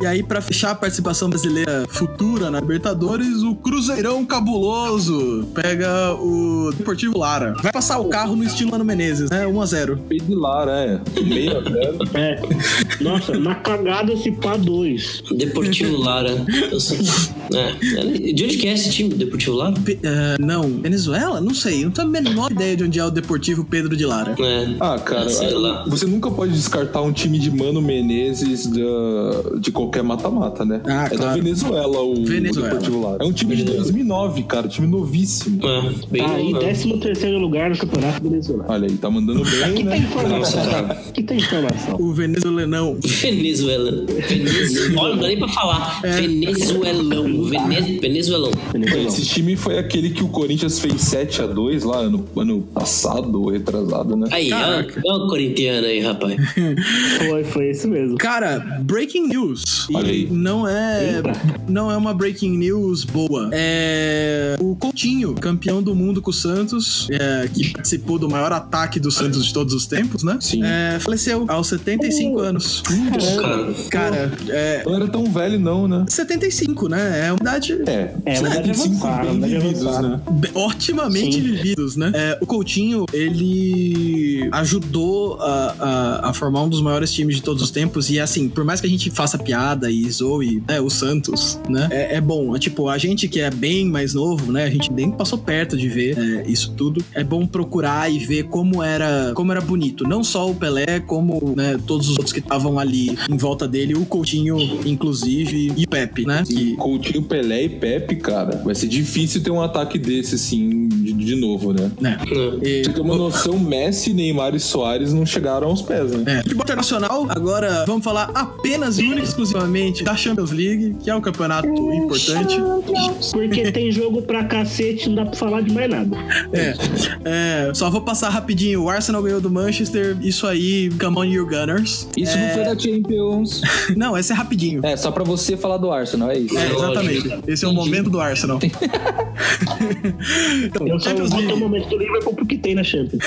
E aí, pra fechar a participação brasileira futura na Libertadores, o Cruzeirão Cabuloso pega o Deportivo Lara. Vai passar o carro no estilo Mano Menezes, né? 1x0.
Pedilar, é. Meia velho.
É. Nossa, na cagada esse pá 2.
Deportivo Lara. Eu sei. É. De onde que é esse time, Deportivo Lara?
eh, não, Venezuela? Não sei. Não tenho a menor ideia de onde é o Deportivo Pedro de Lara.
É.
Ah, cara,
Ah, sei lá.
você nunca pode descartar um time de Mano Menezes da- de qualquer mata-mata, né?
Ah,
é da
claro.
Venezuela o
Venezuela.
o Deportivo Lara. É um time de 2009, cara, time novíssimo.
É, bem
Aí,
novo, né?
13 lugar no Campeonato Venezuelano.
Olha aí, tá mandando bem,
Aqui tem
né?
informação.
Nossa,
cara. Aqui tem informação.
O venezolanão.
Venezuela. Venezuela. Olha, não dá nem pra falar.
É.
Venezuelão. Vene... Venezuelão.
Esse time foi aquele que o Corinthians fez 7x2 lá ano, ano passado, ou retrasado, né?
Aí, olha olha o corintiano aí, rapaz.
Foi, foi isso mesmo.
Cara, breaking news.
Olha aí.
E não é
Eita.
não é uma breaking news boa. É o Coutinho, campeão do mundo com o Santos, é, que participou do maior ataque do Santos de todos os tempos, né?
Sim.
É, faleceu aos 75 anos.
Cara,
Cara, é
Não era tão velho, não, né?
75, né? É uma idade
É.
É, mas é deve
75
avançar,
bem
deve
vividos,
avançar.
né?
Be- otimamente
Sim.
vividos, né? É, o Coutinho, ele ajudou a, a- a formar um dos maiores times de todos os tempos. E assim, por mais que a gente faça piada e zoe né, o Santos, né? É, é bom. É, tipo, a gente que é bem mais novo, né? A gente nem passou perto de ver é, isso tudo. É bom procurar e ver como era como era bonito. Não só o Pelé, como né, todos os outros que estavam ali em volta dele. O Coutinho, inclusive, e o Pepe, né?
E
Que-
Coutinho, Pelé e Pepe, cara, vai ser difícil ter um ataque desse, assim, de, de novo, né?
né?
né?
E-
Pra você ter uma noção, Messi, Neymar e Soares não chegaram aos pés, né?
É. Futebol internacional, agora vamos falar apenas e única e exclusivamente da Champions League, que é um campeonato importante.
Porque tem jogo pra cacete, não dá pra falar de mais nada.
É. É, só vou passar rapidinho. O Arsenal ganhou do Manchester, isso aí, come on you Gunners.
Isso não foi da Champions.
Não, esse é rapidinho.
É, só pra você falar do Arsenal, é isso.
É, exatamente. Esse é o momento do Arsenal.
Eu
então,
só
Champions
vou ter o
League.
momento do Liverpool porque tem na Champions.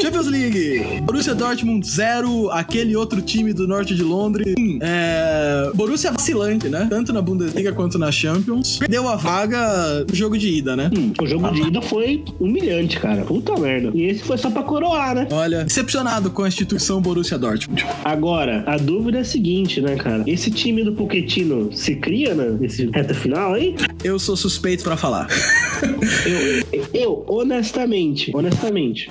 Champions League. Borussia Dortmund 0, aquele outro time do norte de Londres. um. É, Borussia vacilante, né? Tanto na Bundesliga quanto na Champions. Perdeu a vaga no jogo de ida, né?
Hum, o jogo de ida foi humilhante, cara. Puta merda. E esse foi só pra coroar, né?
Olha, decepcionado com a instituição Borussia Dortmund.
Agora, a dúvida é a seguinte, né, cara? Esse time do Poquetino se cria né, nesse reta final aí?
Eu sou suspeito pra falar.
Eu, eu, honestamente, honestamente,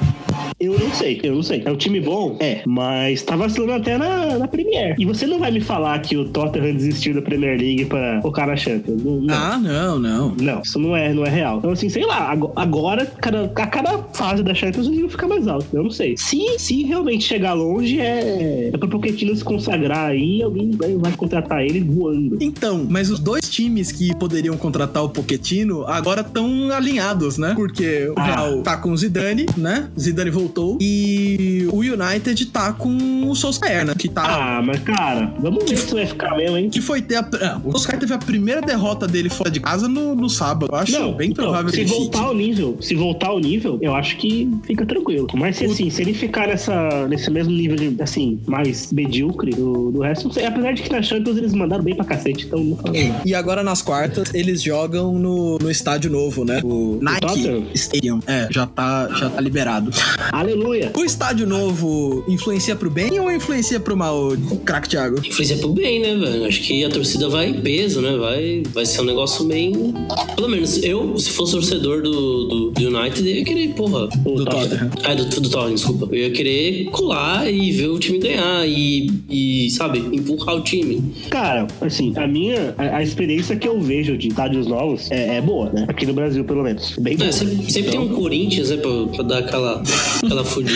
eu não sei, eu não sei. É um time bom? É, mas tá vacilando até na, na Premier. E você não vai me falar que o Tottenham desistiu da Premier League pra focar na Champions. Não, não.
Ah, não, não.
Não, isso não é, não é real. Então, assim, sei lá, ago- agora, cada, a cada fase da Champions, o nível fica mais alto. Eu não sei. Se, se realmente chegar longe, é, é pro Pochettino se consagrar aí, alguém vai, vai contratar ele voando.
Então, mas os dois times que poderiam contratar o Poquetino agora estão alinhados, né? Porque o
Ah.
Real tá com o Zidane, né? Zidane voltou. E o United tá com o Solskjaer, né? Que tá.
Ah, mas cara, vamos ver se vai ficar mesmo, hein?
Que foi ter a. Ah, o Solskjaer teve a primeira derrota dele fora de casa no, no sábado. Eu acho bem
então,
provável que
se
ele
voltar
fique.
ao nível, se voltar ao nível, eu acho que fica tranquilo. Mas se
O-
assim, se ele ficar nessa, nesse mesmo nível de, assim, mais medíocre do, do resto, não sei. Apesar de que na Champions eles mandaram bem pra cacete, então não fala nada.
E agora nas quartas, eles jogam no, no estádio novo, né? O Nike
Tottenham?
Stadium. É, já tá, já tá liberado.
Aleluia!
O estádio novo influencia pro bem ou influencia pro mal, craque Thiago?
Influencia pro bem, né, velho? Acho que a torcida vai em peso, né? Vai, vai ser um negócio bem. Pelo menos eu, se fosse torcedor do, do, do United, eu ia querer, porra.
O
Do
Tottenham.
Tottenham.
Ah, do, do Tottenham, desculpa. Eu ia querer colar e ver o time ganhar e, e sabe, empurrar o time.
Cara, assim, a minha a, a experiência que eu vejo de estádios novos é, é boa, né? Aqui no Brasil, pelo menos. Bem
É,
boa.
sempre, sempre tem um Corinthians, né, pra, pra dar aquela. aquela fodida.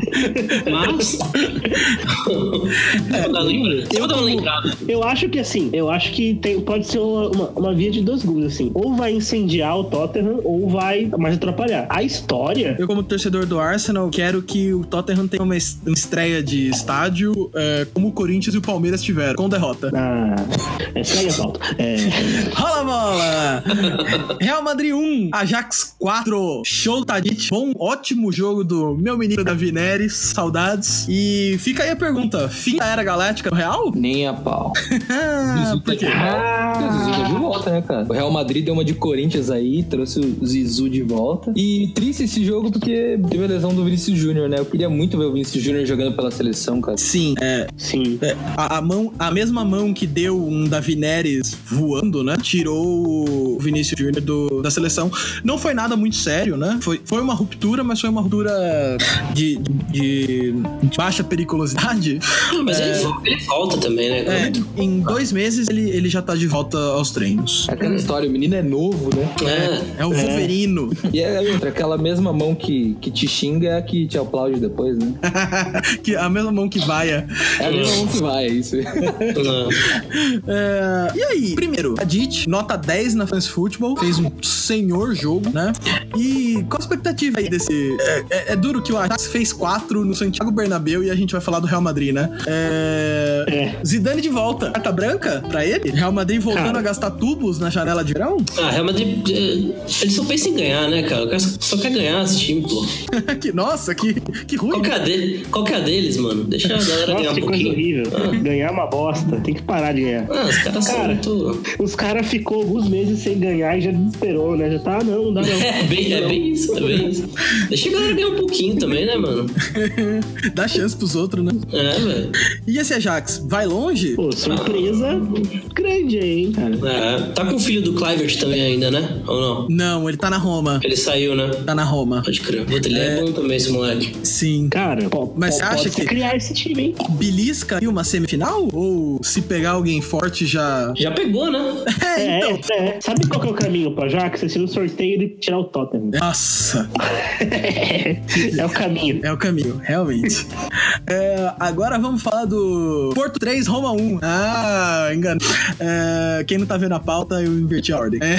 Mas. eu vou
É.
dar lembra? Eu vou dar uma lembrada.
Eu acho que assim, eu acho que tem, pode ser uma, uma, uma via de dois gumes, assim. Ou vai incendiar o Tottenham, ou vai mais atrapalhar. A história.
Eu, como torcedor do Arsenal, quero que o Tottenham tenha uma es- uma estreia de estádio é, como o Corinthians e o Palmeiras tiveram, com derrota.
Ah, é estranha falta. É,
Rola a bola! Real Madrid 1, Ajax 4, show Tadic. Bom, ótimo jogo do meu menino Davi Neres, saudades. E fica aí a pergunta: fim da Era Galáctica no Real?
Nem a pau.
Ah, por quê?
O Zizu tá de volta, né, cara? O Real Madrid deu uma de Corinthians aí, trouxe o Zizu de volta. E triste esse jogo porque teve a lesão do Vinícius Júnior, né? Eu queria muito ver o Vinícius Júnior jogando pela seleção, cara.
Sim, é,
sim.
é, a, a mão, a mesma mão que deu um Davi Neres voando, né? Tirou o Vinícius Júnior do- da seleção. Não foi nada muito sério, né? Foi, foi uma ruptura, mas foi uma ruptura de, de- de baixa periculosidade.
Ah, mas ele, vol- ele volta também, né? cara?
É, em dois meses ele, ele já tá de volta aos treinos.
É Aquela história, o menino é novo, né?
É.
É o Wolverino
E é outra, aquela mesma mão que, que te xinga é a que te aplaude depois, né?
que é a mesma mão que vaia.
É a mesma mão que vai, é isso.
Não.
É, E aí, primeiro, a Dit, nota 10 na France Football, fez um senhor jogo, né? E qual a expectativa aí desse. É, é- é duro que o Ajax fez 4 no Santiago Bernabéu e a gente vai falar do Real Madrid, né? É...
É.
Zidane de volta, carta branca pra ele? Real Madrid voltando
Cara.
a gastar tubos na janela de verão?
Ah, Real Madrid. eh, Ele só pensa em ganhar, né, cara? O cara só só quer ganhar esse time, pô.
que, nossa, que, que
Qual
ruim.
que é a dele- qual que é a deles, mano? Deixa a galera ganhar
Nossa,
um
que coisa
pouquinho.
horrível. Ganhar é uma bosta. Tem que parar de ganhar.
Ah, os caras são
Cara.
muito.
Os caras ficou alguns meses sem ganhar e já desesperou, né? Já tá, ah, não, não dá não.
É bem, é bem isso, é bem isso. Deixa a galera ganhar um pouquinho também, né, mano?
Dá chance pros outros, né?
É, velho.
E esse Ajax, vai longe?
Pô, surpresa grande aí, hein, cara.
É, tá com o filho do Clivert também ainda, né? Ou não?
Não, ele tá na Roma.
Ele saiu, né?
Tá na Roma.
Pode crer. Puta, ele é, bom também, esse moleque.
Sim.
Cara, po-
Mas
po-
você acha
pode se
que-
criar esse time, hein?
belisca aí uma semifinal? Ou se pegar alguém forte já.
Já pegou, né?
É, então.
É, é. Sabe qual que é o caminho pra Jax? Você tira o sorteio e tirar o Tottenham.
Nossa,
É o caminho.
é o caminho, realmente. É, agora vamos falar do Porto 3, Roma 1. Ah, engano. É, quem não tá vendo a pauta, eu inverti a ordem. É,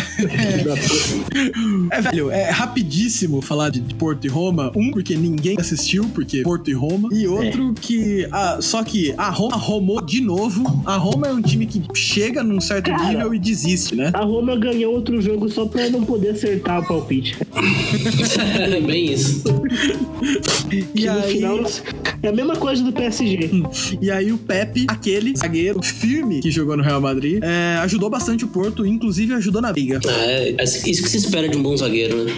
é, velho, é rapidíssimo falar de Porto e Roma. Um, porque ninguém assistiu, porque Porto e Roma. E
É.
outro que. ah, só que a Roma romou de novo. A Roma é um time que chega num certo
Cara.
nível e desiste, né?
A Roma ganhou outro jogo só pra não poder acertar o palpite.
É bem isso.
E
Que no
aí.
final é a mesma coisa do PSG.
E aí o Pepe, aquele zagueiro firme que jogou no Real Madrid, é, ajudou bastante o Porto, inclusive ajudou na briga.
Ah, é, é isso que se espera de um bom zagueiro, né?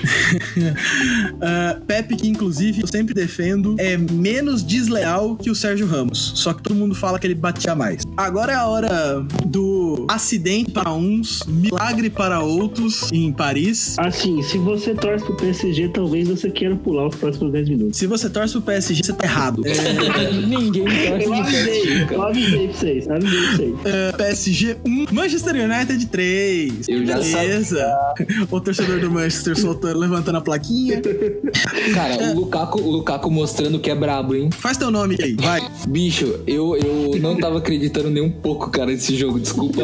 É, Pepe, que inclusive eu sempre defendo, é menos desleal que o Sérgio Ramos. Só que todo mundo fala que ele batia mais. Agora é a hora do acidente para uns, milagre para outros em Paris.
Assim, se você torce pro PSG, talvez você queira pular os próximos 10 minutos.
Se você torce pro PSG, você tá errado.
Ninguém torce
Eu
de
avisei,
PSG,
eu
cara.
avisei pra vocês, avisei pra vocês.
É, PSG 1, Manchester United 3.
Eu já
Beleza. O torcedor do Manchester soltando, levantando a plaquinha.
Cara, o Lukaku, o Lukaku mostrando que é brabo, hein?
Faz teu nome aí, vai.
Bicho, eu, eu não tava acreditando nem um pouco, cara, nesse jogo. Desculpa.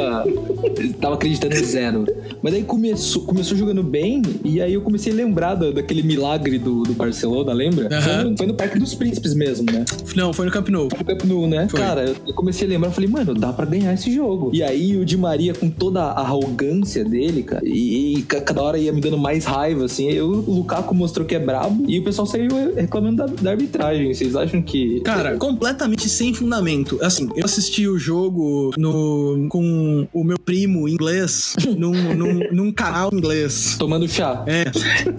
Eu tava acreditando em zero. Mas aí começou, começou jogando bem, e aí eu comecei a lembrar da- daquele milagre do, do Barcelona, lembra? Foi,
Aham.
no, foi no Parque dos Príncipes mesmo, né?
Não, foi no Camp Nou.
No Camp Nou, né?
Foi.
Cara, eu eu comecei a lembrar, eu falei, mano, dá pra ganhar esse jogo. E aí o Di Maria, com toda a arrogância dele, cara, e, e ca- cada hora ia me dando mais raiva, assim. Eu, o Lukaku mostrou que é brabo, e o pessoal saiu reclamando da, da arbitragem. Vocês acham que.
Cara, completamente sem fundamento. Assim, eu assisti o jogo no, com o meu primo inglês, num, num, num canal inglês.
Tomando chá.
É,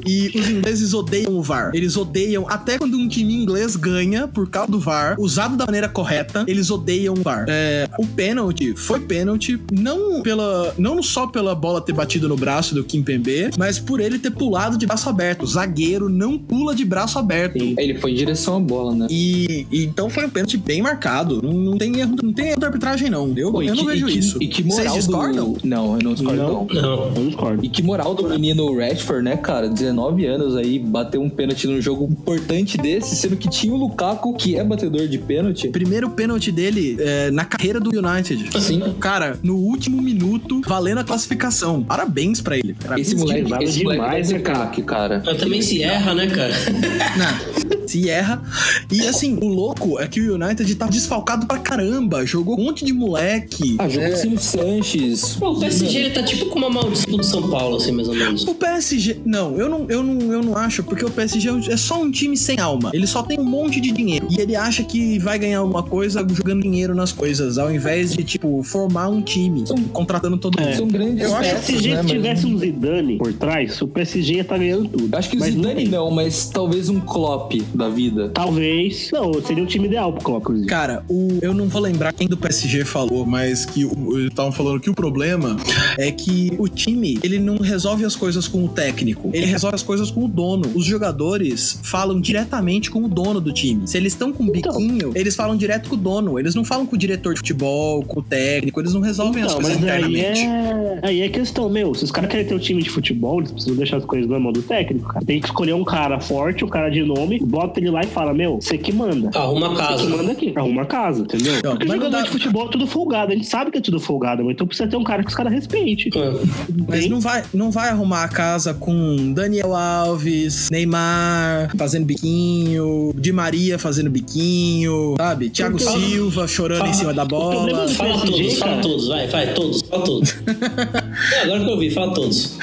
e os ingleses odeiam o VAR. Eles odeiam até quando um time inglês ganha por causa do VAR, usado da maneira correta, eles odeiam o VAR. É, o pênalti foi pênalti, não, pela, não só pela bola ter batido no braço do Kim Pembe, mas por ele ter pulado de braço aberto. O zagueiro não pula de braço aberto.
Ele foi em direção à bola, né?
E, e então foi um pênalti bem marcado. Não, não tem erro, não tem erro da arbitragem, não. Eu,
Pô, e
eu
que-
não vejo
e que-
isso.
E que moral
Vocês discordam?
Do... Não, eu não discordo não.
Não.
Eu discordo.
E que moral do menino Rashford, né, cara? 19 anos aí, bateu um pênalti num jogo importante desse, sendo que tinha o Lukaku, que é batedor de pênalti.
Primeiro pênalti dele é, na carreira do United.
Sim.
Cara, no último minuto, valendo a classificação. Parabéns pra ele. Parabéns
Esse moleque,
jogava
esse moleque vai
demais,
ser
né, cara?
craque, cara.
Mas Ah, também se erra, né, cara?
Não, se erra. E assim, o louco é que o United tá desfalcado pra caramba. Jogou um monte de moleque.
Ah, jogo sem o Sanches.
Pô, o PSG ele tá tipo com uma maldição do São Paulo, assim, mais ou menos.
O PSG. Não, eu não, eu não, eu não acho, porque o PSG é um- é só um time sem alma. Ele só tem um monte de dinheiro. E ele acha que vai ganhar alguma coisa jogando dinheiro nas coisas, ao invés de, tipo, formar um time, contratando
É.
todo mundo.
São grandes
É. Eu
Se o
acho
peças,
PSG
né, mas-
tivesse um Zidane por trás, o PSG ia estar ganhando tudo.
Eu acho que o
Mas não
Zidane
tem.
não, mas talvez um Klopp da vida.
Talvez. Não, seria o time ideal pro Klopp, inclusive.
Cara, o, eu não vou lembrar quem do PSG falou, mas que o- eles estavam falando que o problema é que o time, ele não resolve as coisas com o técnico, ele resolve as coisas com o dono. Os jogadores falam diretamente com o dono do time. Se eles estão com um
Então.
biquinho, eles falam direto com o dono, eles não falam com o diretor de futebol, com o técnico, eles não resolvem as
Não,
coisas
Então, mas aí
internamente.
é... aí é questão, meu. Se os caras querem ter um time de futebol, eles precisam deixar as coisas na mão do técnico, cara. Tem que escolher um cara forte, um cara de nome, bota ele lá e fala, meu, você que manda.
Arruma a
Você que
casa.
manda aqui, arruma a casa, entendeu?
Então,
Porque
mas
jogador
não dá-
de futebol é tudo folgado, a gente sabe que é tudo folgado, mas então precisa ter um cara que os caras respeitem.
Mas não vai, não vai arrumar a casa com Daniel Alves, Neymar fazendo biquinho, Di Maria fazendo biquinho, sabe? Thiago
Então,
Silva chorando em cima da
problema
bola.
do
Fala
PSG,
todos, fala
cara.
todos, vai, vai, todos, fala todos. É, agora que eu vi, fala todos.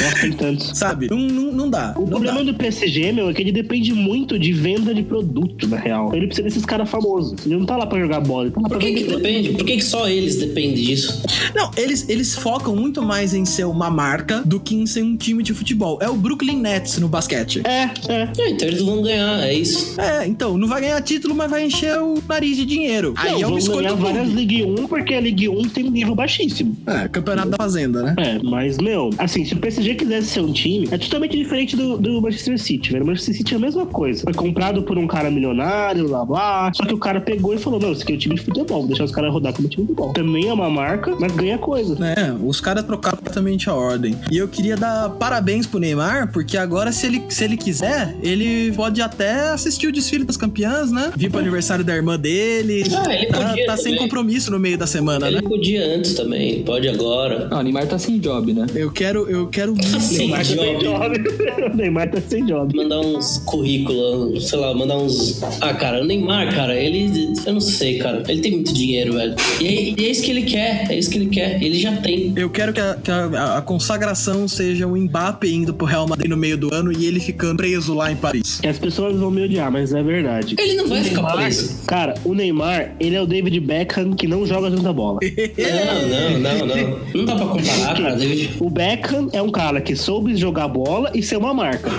Nossa, tem tantos.
Sabe? Não, não, não dá.
O
não
problema
dá.
do PSG, meu, é que ele depende muito de venda de produto, na real. Ele precisa desses caras famosos. Ele não tá lá pra jogar bola, ele tá lá pra
Por que
vender
que depende? Por que que só eles dependem disso?
Não, eles, eles focam muito mais em ser uma marca do que em ser um time de futebol. É o Brooklyn Nets no basquete.
É, é.
É, então eles vão ganhar, é isso.
É, então, não vai ganhar título, mas vai encher o nariz de dinheiro. Aí é
não,
uma
vão
escolha
ganhar
do
várias
clube.
Ligue 1, porque a Ligue 1 tem um nível baixíssimo.
É, campeonato da fazenda, né?
É, mas, meu, assim, se o PSG quisesse ser um time, é totalmente diferente do, do Manchester City, velho. O Manchester City é a mesma coisa. Foi comprado por um cara milionário, blá blá. Só que o cara pegou e falou: não, isso aqui é um time de futebol, vou deixar os caras rodar como time de futebol. Também é uma marca, mas ganha coisa.
É, os caras trocaram completamente a ordem. E eu queria dar parabéns pro Neymar, porque agora, se ele, se ele quiser, ele pode até assistir o desfile das campeãs, né? Vir pro aniversário da irmã dele.
Ah, ele
tá,
podia
tá sem
também.
compromisso no meio da semana, né?
Ele podia antes também, ele pode agora.
Ah, o Neymar tá sem job, né?
Eu quero, eu quero.
Sem
Neymar tá sem
job.
job. O Neymar tá sem job.
Mandar uns currículos, sei lá, mandar uns. Ah, cara, o Neymar, cara, ele. Eu não sei, cara. Ele tem muito dinheiro, velho. E é, e é isso que ele quer, é isso que ele quer. Ele já tem.
Eu quero que, a, que a- a consagração seja o Mbappé indo pro Real Madrid no meio do ano e ele ficando preso lá em Paris.
E as pessoas vão me odiar, mas é verdade.
Ele não vai ficar preso.
Cara, o Neymar, ele é o David Beckham que não joga junto da bola.
Não, não, não, não. Não dá pra comparar, cara. David.
O Beckham é um cara que soube jogar bola e ser uma marca.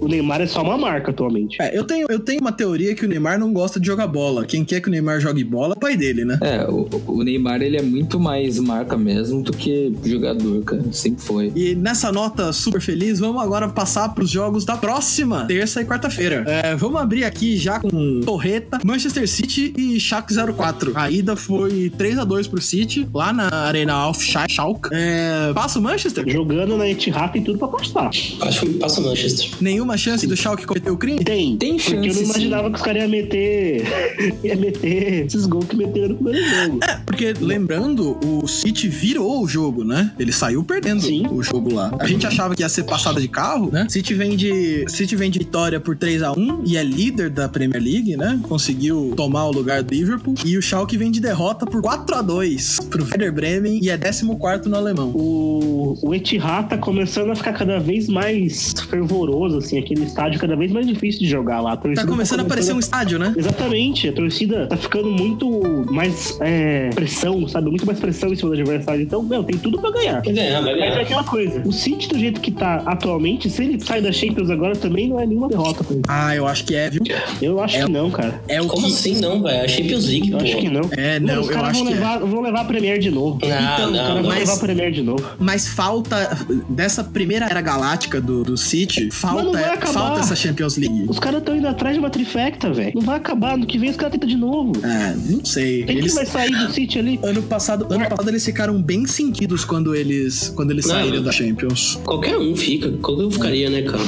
O Neymar é só uma marca atualmente.
É, eu tenho, eu tenho uma teoria que o Neymar não gosta de jogar bola. Quem quer que o Neymar jogue bola é o pai dele, né?
É, o, o Neymar ele é muito mais marca mesmo do que jogador, cara. Sempre foi.
E nessa nota super feliz, vamos agora passar pros jogos da próxima terça e quarta-feira. É, vamos abrir aqui já com Torreta, Manchester City e Schalke 04. A ida foi 3 a 2 pro City, lá na Arena Alf Schalke. É, passa o Manchester?
Jogando na Etihad tem tudo pra constar.
Acho que passa o Manchester.
Nenhuma chance do Schalke cometer o crime?
Tem.
Tem
Porque eu
chance,
não
sim.
imaginava que os caras iam meter. ia meter esses gols que meteram no primeiro jogo.
Porque, lembrando, o City virou o jogo, né? Ele saiu perdendo
Sim.
o jogo lá. A gente achava que ia ser passada de carro, né? City vem de, City vem de vitória por 3 a 1 e é líder da Premier League, né? Conseguiu tomar o lugar do Liverpool. E o Schalke vem de derrota por 4 a 2 pro Werder Bremen e é 14 no alemão. Tá
O, o Etihad tá começando a ficar cada vez mais fervoroso, assim, aqui aquele estádio cada vez mais difícil de jogar lá. A torcida
Tá começando a aparecer um estádio, né?
Exatamente, a torcida tá ficando muito mais é, pressão, sabe? Muito mais pressão em cima do adversário. Então, meu, tem tudo pra ganhar.
Quer dizer, ah, vai
Mas é
ganhar.
aquela coisa. O City, do jeito que tá atualmente, se ele sai da Champions agora, também não é nenhuma derrota pra ele.
Ah, eu acho que é, viu?
Eu acho
É.
que não, cara.
É o
Como
que.
assim não, velho? A Champions League,
Eu acho
pô.
que não.
É,
Mano,
não,
os
eu
caras
acho
vão
que é.
levar, vão levar a Premier de novo. Os
Não,
Então,
não,
caras vão
não.
mas-
levar a Premier de novo.
Mas falta dessa primeira era galáctica do, do City,
não vai
falta, é,
acabar.
falta essa Champions League.
Os caras estão indo atrás de uma trifecta, velho. Não vai acabar, no que vem os caras tentam de novo.
É, não sei.
Quem
Eles,
que vai sair do City ali?
ano passado, ano passado eles ficaram bem sentidos quando eles quando eles
Não.
saíram da Champions.
Qualquer um fica. Qualquer um ficaria, né, cara?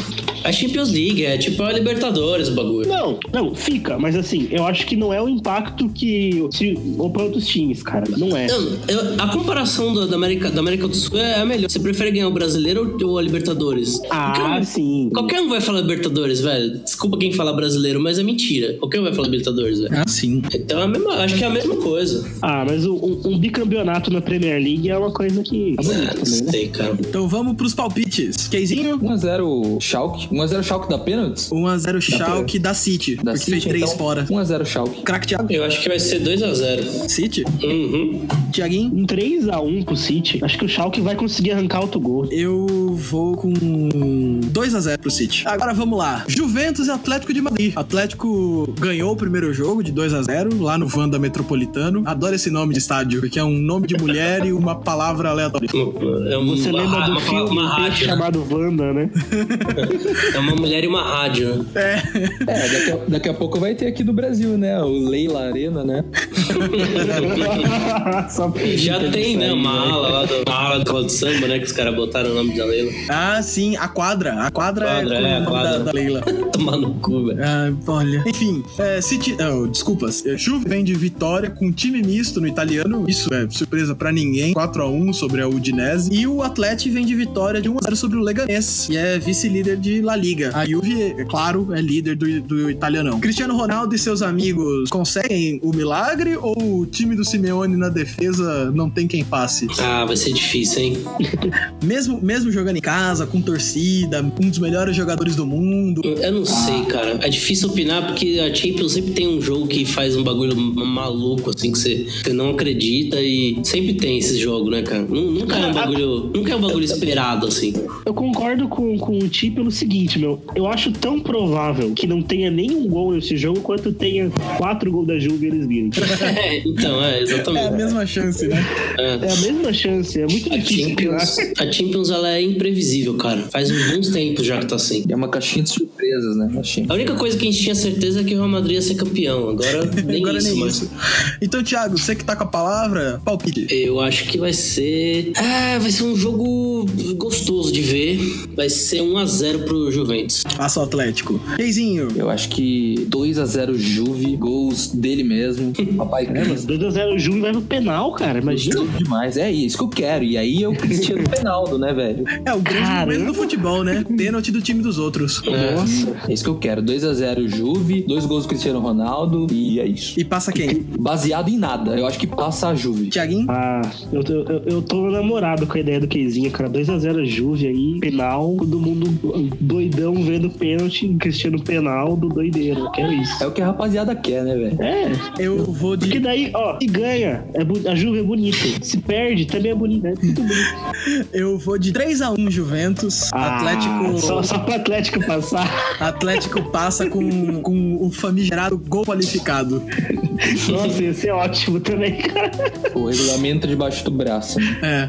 A Champions League é tipo a Libertadores o bagulho.
Não, não, fica, mas assim, eu acho que não é o impacto que. Se, ou pra outros times, cara. Não é.
Não, eu- a comparação da, da América, da América do Sul é a melhor. Você prefere ganhar o brasileiro ou, ou a Libertadores?
Ah,
Qualquer um-
sim.
Qualquer um vai falar Libertadores, velho. Desculpa quem fala brasileiro, mas é mentira. Qualquer um vai falar Libertadores, velho.
Ah, sim.
Então é a mesma, acho que é a mesma coisa.
Ah, mas o- um, um bicampeonato na Premier League é uma coisa que. É
Ah,
bonito
não
também, né?
sei, cara.
Então vamos pros palpites. Keizinho?
1x0 Schalke. 1x0 Schalke da pênaltis?
1x0 Schalke da City.
Da
porque fez 3
então.
então?
fora.
1x0 Schalke.
Crack Thiago.
Eu acho que vai ser 2x0.
City?
Uhum.
Thiaguinho?
Um 3x1 pro City. Acho que o Schalke vai conseguir arrancar outro gol.
Eu vou com 2x0 pro City. Agora vamos lá. Juventus e Atlético de Madrid. Atlético ganhou o primeiro jogo de 2x0 lá no Wanda Metropolitano. Adoro esse nome de estádio, que é um nome de mulher e uma palavra aleatória.
É uma,
Você
uma,
lembra do
uma-
filme
uma
um peixe
rádio. né?
chamado Wanda, né?
É uma mulher e uma rádio. né?
É, daqui a, daqui a pouco vai ter aqui do Brasil, né? O Leila Arena, né?
Só pra-
Já tem, né? Uma ala lá do, uma ala do Roda de Samba, né? Que os caras botaram o nome da Leila.
Ah, sim, a quadra. A quadra,
Quadra, é,
o
a
nome
quadra.
Da, da Leila.
Tomar no cu, velho.
Ah, olha. Enfim, é, City. Oh, desculpas. É, Juve vem de vitória com time misto no italiano. Isso é surpresa pra ninguém. 4x1 sobre a Udinese. E o Atlético vem de vitória de 1x0 sobre o Leganés. E é vice-líder de La Liga. A Juve, é claro, é líder do, do italianão. Cristiano Ronaldo e seus amigos conseguem o milagre ou o time do Simeone na defesa não tem quem passe?
Ah, vai ser difícil, hein?
Mesmo, mesmo jogando em casa, com torcida, um dos melhores jogadores do mundo.
Eu não sei, cara. É difícil opinar porque a Champions sempre tem um jogo que faz um bagulho maluco, assim, que você, você não acredita e sempre tem esse jogo, né, cara? Nu- Nunca é um bagulho, nunca é um bagulho esperado, assim.
Eu concordo com, com o Ti pelo seguinte, meu. Eu acho tão provável que não tenha nenhum gol nesse jogo quanto tenha quatro gols da Juve e eles virem.
É, então, é,
É a
exatamente.
mesma chance, né?
É.
É a mesma chance, é muito
A
difícil. criar.
Champions, a Champions, ela é imprevisível, cara. Faz uns bons tempos já que tá assim.
É uma caixinha de surpresas, né? Caixinha.
A única coisa que a gente tinha certeza é que o Real Madrid ia ser campeão. Agora nem
Agora
isso,
nem
mas...
isso. Então, Thiago, você que tá com a palavra, palpite.
Eu acho que vai ser. Ah, vai ser um jogo gostoso de ver. Vai ser 1x0 pro Juventus.
Passa o Atlético. Keizinho,
Eu acho que 2x0 Juve, gols dele mesmo. Papai
É,
Carlos.
mas 2x0 o Juve vai no penal, cara. Imagina.
Demais, é isso que eu quero. E aí eu Cristiano Ronaldo, né, velho?
é o grande
Caramba.
momento do futebol, né? Pênalti do time dos outros.
Nossa.
É isso que eu quero. 2x0 Juve, dois gols do Cristiano Ronaldo e é isso.
E passa quem?
Baseado em nada, eu acho que passa a Juve.
Thiaguinho?
Ah, eu, tô- eu, eu tô namorado com a ideia do Keizinho, cara. 2x0 Juve aí, penal, todo mundo doidão vendo pênalti, Cristiano penal do doideiro. Que é isso.
É o que a rapaziada quer, né, velho?
É,
Eu vou
Porque
de.
daí, ó, se ganha, é bu- a Juve é bonita. Se perde, também é bonita. É tudo bonito.
Eu vou de 3x1 Juventus.
Ah, Só,
Atlético.
só pro Atlético passar.
Atlético passa com, com o famigerado gol qualificado.
Nossa, ia ser ótimo também, cara.
O regulamento debaixo do braço. né?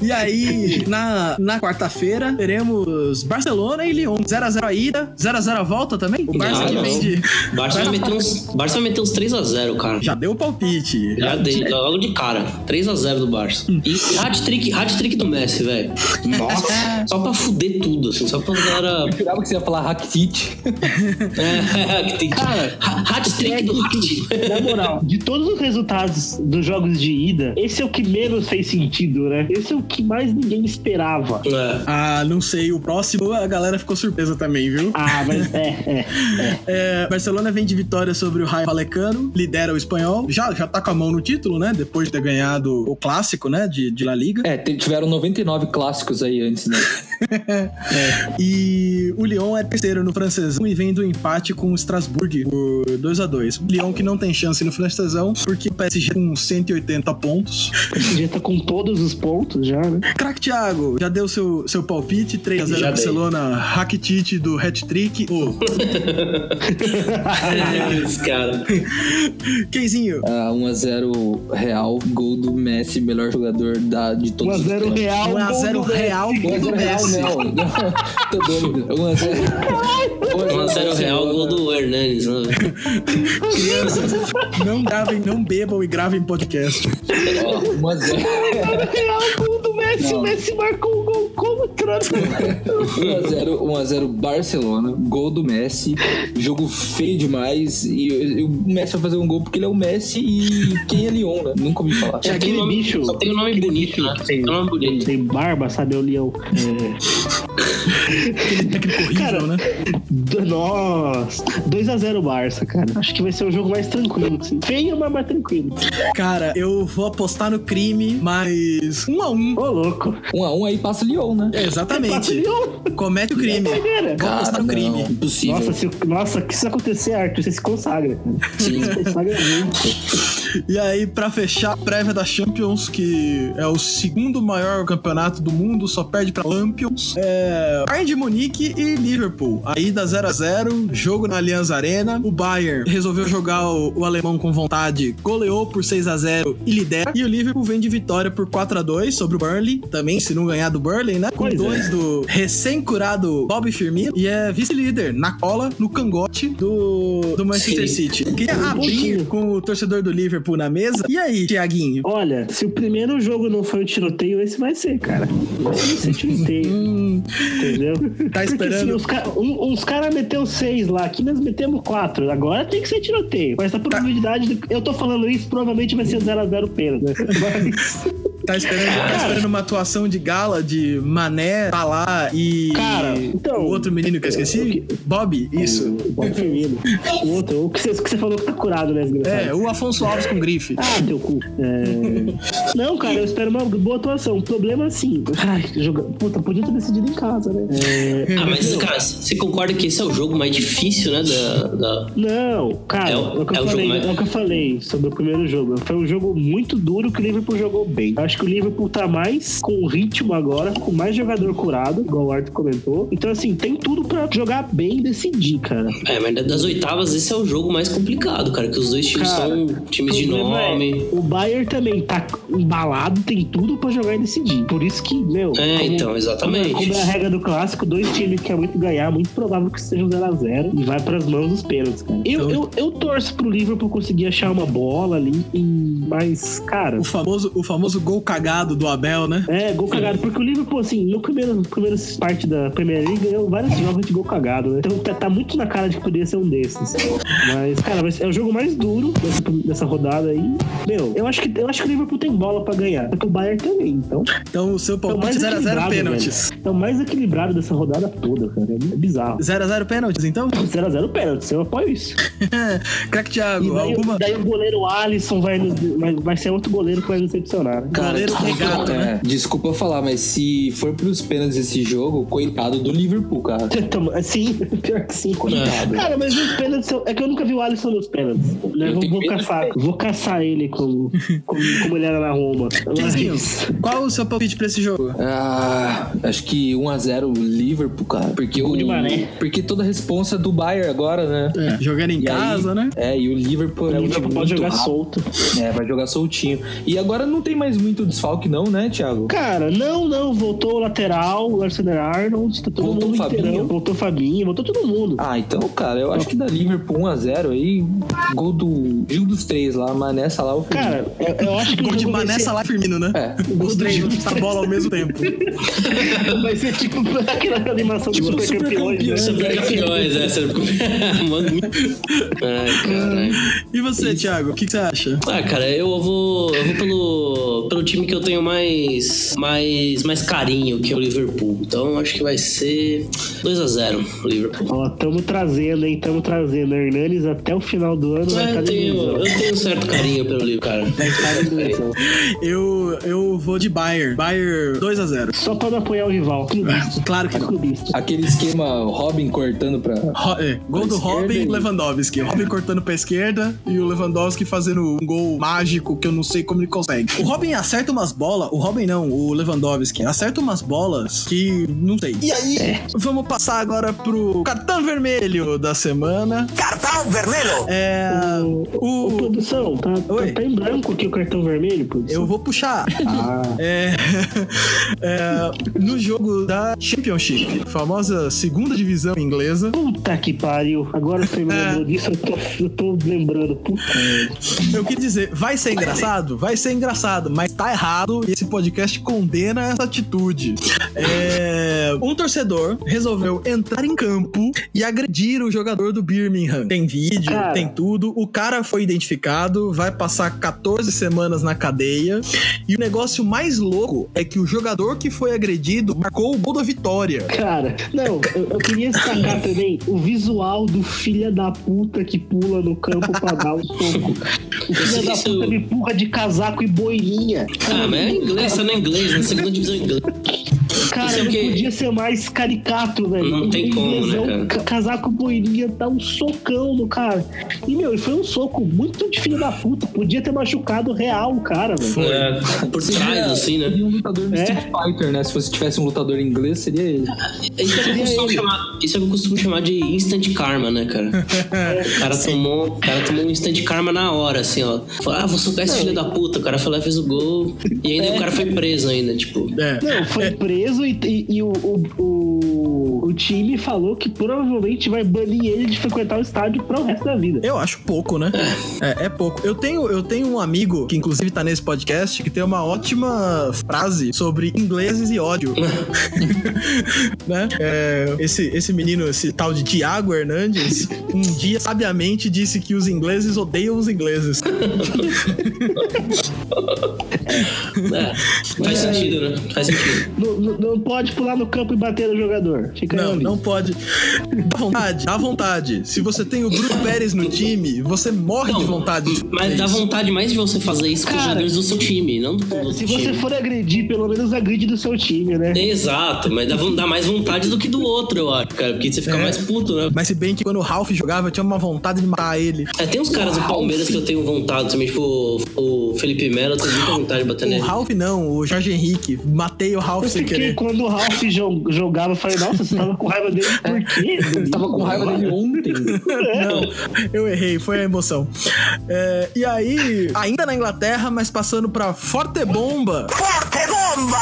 É. E aí, na, na quarta-feira, teremos Barcelona e Lyon. 0x0 a ida, 0x0 a volta também? O Barça
Ah,
que
não.
vem de.
Barça vai meter uns, Barça vai meter uns 3x0, cara.
Já deu o palpite.
Já dei, logo de cara. 3x0 do Barça. E hat-trick hat-trick do Messi, velho. Nossa. Só pra fuder tudo, assim. Só pra galera.
Eu jurava que você ia falar Rakitic.
É, que tem- Ha- hat-trick do hat.
Na moral, de todos os resultados dos jogos de ida, esse é o que menos fez sentido, né? Esse é o que mais ninguém esperava.
É.
Ah, não sei. O próximo, a galera ficou surpresa também, viu?
Ah, mas é, é.
É, Barcelona vem de vitória sobre o Raio Valecano, lidera o espanhol. Já, já tá com a mão no título, né? Depois de ter ganhado o clássico, né? De, de La Liga.
É, te- tiveram 99 clássicos aí antes, né?
E o Lyon é terceiro no francesão e vem do empate com o Strasbourg por 2x2. O Lyon que não tem chance no francesão, porque o PSG com 180 pontos.
Já tá com todos os pontos, já, né?
Crack Thiago, já deu seu, seu palpite, 3x0
Já dei.
Barcelona, Rakitic do hat-trick. Ô,
Esse cara.
Keizinho,
Ah, 1x0 Real, gol do Messi, melhor jogador da, de todos os
1x0
tempos.
Real. né?
1x0
gol do
Real, gol do
1x0 Real,
Messi.
não. Tô doido. 1x0.
1x0 Real, gol do Hernanes. né?
Crianças, não gravem, não bebam e gravem podcast.
1x0.
Real, gol do Messi.
Não.
O Messi marcou o gol contra.
1x0, 1x0 Barcelona, gol do Messi, jogo feio demais. E, e o Messi vai fazer um gol porque ele é o Messi e quem é Lyon, né? Nunca ouvi falar.
É aquele
nome-
bicho.
Só tem um nome bonito, né? Tem
Tem,
um nome bonito.
tem barba, sabe? O leão. É.
Técnico horrível,
Cara,
né?
Do- Nossa, 2x0 Barça, cara. Acho que vai ser o jogo mais tranquilo. Assim. Feio, mas mais tranquilo.
Cara, eu vou apostar no crime, mas um a um.
Ô, louco.
1x1 aí passa Lyon, né?
É,
Passa
exatamente.
Lyon.
Comete o crime.
Cara,
Vou apostar no crime.
Não, impossível.
né? Nossa, se, nossa, que se acontecer, Arthur, você se consagra. cara.
Sim.
Se consagra muito.
E aí, pra fechar a prévia da Champions, que é o segundo maior campeonato do mundo, só perde pra Lampions. É. Bayern de Munique e Liverpool. Aí dá 0 a 0 jogo na Allianz Arena. O Bayern resolveu jogar o, o alemão com vontade, goleou por 6 a 0 e lidera. E o Liverpool vem de vitória por 4 a 2 sobre o Burnley, também se não ganhar do Burnley, né? Com
Pois é.
dois do recém-curado Bob Firmino e é vice-líder na cola, no cangote do, do Manchester
Sim.
City. é Queria abrir com o torcedor do Liverpool na mesa. E aí, Tiaguinho?
Olha, se o primeiro jogo não foi um tiroteio, esse vai ser, cara. Esse Vai ser tiroteio,
Hum,
entendeu?
Tá
Porque assim,
esperando.
os ca- um- uns caras meteu seis lá, aqui nós metemos quatro. Agora tem que ser tiroteio. Mas
Tá.
a probabilidade. do- Eu tô falando isso, provavelmente vai ser 0x0 pênalti. né?
É
Mas.
tá, esperando, tá esperando uma atuação de gala de Mané, Palá e.
Cara, então- é,
O outro menino que eu esqueci? Bob, isso.
O Bob Firmino. O outro, o que você, o que você falou que tá curado, né, desgraçado?
É, o Afonso Alves com grife.
Ah, teu cu. É... Não, cara, eu espero uma boa atuação. O problema é assim. Ai, joga... Puta, podia ter decidido em casa, né? É...
Ah, mas, cara, você concorda que esse é o jogo mais difícil, né? Da, da-
Não, cara,
É
é
o-
o, que
é
eu
o
falei,
jogo mais-
é o que eu falei sobre o primeiro jogo. Foi um jogo muito duro que o Liverpool jogou bem. Eu Acho que o Liverpool tá mais com ritmo agora, com mais jogador curado, igual o Arthur comentou. Então, assim, tem tudo pra jogar bem e decidir, cara.
É, mas das oitavas, esse é o jogo mais complicado, cara. Que os dois times
Cara,
são times de
problema é,
nome.
o Bayern também tá embalado, tem tudo pra jogar e decidir. Por isso que, meu.
É, então, exatamente.
Como é a regra do clássico, dois times que é muito ganhar, muito provável que sejam 0x0 e vai pras mãos dos pênaltis, cara. Eu, eu, eu torço pro Liverpool conseguir achar uma bola ali, e- mas, cara.
O famoso, o famoso gol cagado do Abel, né?
É, gol cagado, porque o Liverpool, assim, no primeiro, no primeiro parte da Premier League, ganhou vários jogos de gol cagado, né? Então tá, tá muito na cara de que poderia ser um desses. Mas, cara, vai ser- é o jogo mais duro dessa, dessa rodada aí. Meu, eu acho, que, eu acho que o Liverpool tem bola pra ganhar. Só que o Bayern também, então.
Então o seu
É o mais
palpite 0x0
equilibrado,
pênaltis.
velho. É o mais equilibrado dessa rodada toda, cara. É bizarro.
0x0 pênaltis, então?
0x0 pênalti, eu apoio é isso.
Crack
E
Thiago,
daí,
alguma.
daí o goleiro Alisson vai, nos, vai, vai ser outro goleiro que vai nos decepcionar. né?
Goleiro regado, né?
é, desculpa falar, mas se for pros pênaltis esse jogo, coitado do Liverpool, cara.
Então, Sim, pior que sim.
Coitado.
É.
Cara, mas os pênaltis são... É que eu nunca vi o Alisson nos pênaltis. Né? Vou,
tenho
vou
medo
caçar, vou caçar ele como, como, como ele era na Roma.
Tizinho,
Mas...
qual o seu palpite pra esse jogo?
Ah, acho que 1x0 Liverpool, cara. Porque,
Gol
o,
de Mané.
porque toda a responsa é do Bayern agora, né?
É.
Jogando em
E aí-
casa, né?
É, e o Liverpool é um
O Liverpool
time
pode
muito
jogar
rápido.
solto.
É, vai jogar soltinho. E agora não tem mais muito desfalque, não, né, Thiago?
Cara, não, não. Voltou o lateral, o Arsenal Arnold, tá todo
Voltou
mundo
o Fabinho.
inteirão. Voltou o Fabinho, voltou todo mundo.
Ah, então, cara, eu acho que dá Liverpool 1x0 aí. Gol do. Gil dos três lá, mas nessa lá o
Cara, eu, eu acho que
Gol
o
de
jogo vai
Mané,
ser-
Salah e Firmino, né?
É.
Os três juntos na bola ao mesmo tempo.
Vai ser tipo aquela animação
Tipo,
dos super campeões.
supercampeões,
né?
Sobre campeões, é. Sobre... Mano, muito- Ai, caralho.
E você, Thiago, o que, que você acha?
Ah, cara, eu vou, eu vou pelo, pelo time que eu tenho mais, mais, mais carinho, que é o Liverpool. Então acho que vai ser 2x0 o Liverpool.
Ó, tamo trazendo, hein? Tamo trazendo. Hernanes até o final do ano
É,
vai
Ah,
estar
eu,
de
tenho,
divisão.
eu tenho um certo carinho pelo Liverpool, cara.
Tá de divisão.
Eu, eu vou de Bayern. Bayern 2x0.
Só pra não apoiar o rival. Clubista.
Ah, Claro que não.
Clubista.
Aquele esquema Robin cortando pra.
Ro- é, gol do
esquerda
Robin e
e-
Lewandowski. Robin cortando pra esquerda e o Lewandowski fazendo um gol mágico que eu não sei como ele consegue. O Robin acerta umas bolas. O Robin não, o Lewandowski acerta umas bolas que não sei. E aí,
É.
vamos passar agora pro cartão vermelho da semana. Cartão vermelho! É.
Ô, ô,
O.
produção, tá, tá-
Oi.
tá em branco aqui o cartão vermelho, produção.
Eu vou puxar. É, é, no jogo da Championship, famosa segunda divisão inglesa,
Puta que pariu. Agora você me
É.
lembrou disso, eu tô, eu tô lembrando. Puta.
Eu quis dizer, vai ser engraçado? Vai ser engraçado, mas tá errado e esse podcast condena essa atitude. É, um torcedor resolveu entrar em campo e agredir o jogador do Birmingham. Tem vídeo,
Cara.
tem tudo. O cara foi identificado, vai passar 14 semanas na cadeia. E o negócio mais louco é que o jogador que foi agredido marcou o gol da vitória.
Cara, não, eu, eu queria destacar também o visual do filha da puta que pula no campo pra dar o soco. O filha da
Isso-
puta me empurra de casaco e boininha.
Ah, mas é inglês, tá no inglês, na segunda divisão inglesa.
Cara,
Isso é o
não
quê?
podia ser mais caricato, velho. um
Não tem como, né, cara?
ca- Casaco boininha dá um socão no cara. E, meu, e foi um soco muito de filha da puta. Podia ter machucado real o cara, velho.
É, por trás, assim, né?
Seria um lutador do
É.
Street Fighter, né? Se você tivesse um lutador inglês, seria ele.
Isso é, que eu costumo chamar, isso é que eu costumo chamar de instant karma, né, cara? O cara tomou, o cara tomou um instant karma na hora, assim, ó. Falou, ah, vou socar esse filho da puta. O cara foi lá, fez o gol. E ainda o cara foi preso ainda, tipo.
É.
Não, foi preso e, e- e o, o, o, o time falou que provavelmente vai banir ele de frequentar o estádio pro resto da vida.
Eu acho pouco, né? É, é pouco. Eu tenho, eu tenho um amigo que inclusive tá nesse podcast que tem uma ótima frase sobre ingleses e ódio. né? É, esse, esse menino, esse tal de Tiago Hernandes, um dia sabiamente disse que os ingleses odeiam os ingleses.
É, faz sentido, né? Faz sentido.
Não, não- não pode pular no campo e bater no jogador. Fica aí,
Não,
amigo.
não pode. Dá vontade, dá vontade. Se você tem o Bruno Pérez no time, você morre de vontade. de
Mas
fazer
dá
isso.
vontade mais de você fazer isso com os
É Cara, é,
jogadores do seu time, não do outro
Se
time.
você for agredir, pelo menos agride do seu time, né?
Exato, mas dá, von- dá mais vontade do que do outro, eu acho, cara. Porque você
É.
fica mais puto, né?
Mas se bem que quando o Ralph jogava, eu tinha uma vontade de matar ele.
É, tem uns caras do Palmeiras que eu tenho vontade também, tipo o o Felipe Melo, eu tenho muita vontade de bater
O
nele.
Ralph não, o Jorge Henrique. Matei o Ralph
Eu
sem
fiquei
querer.
quando o Ralph jo- jogava, eu falei, nossa, você tava com raiva dele por quê?
Eu tava com raiva dele ontem.
Não, eu errei, foi a emoção. É, e aí, ainda na Inglaterra, mas passando pra Forte Bomba. Forte Bomba!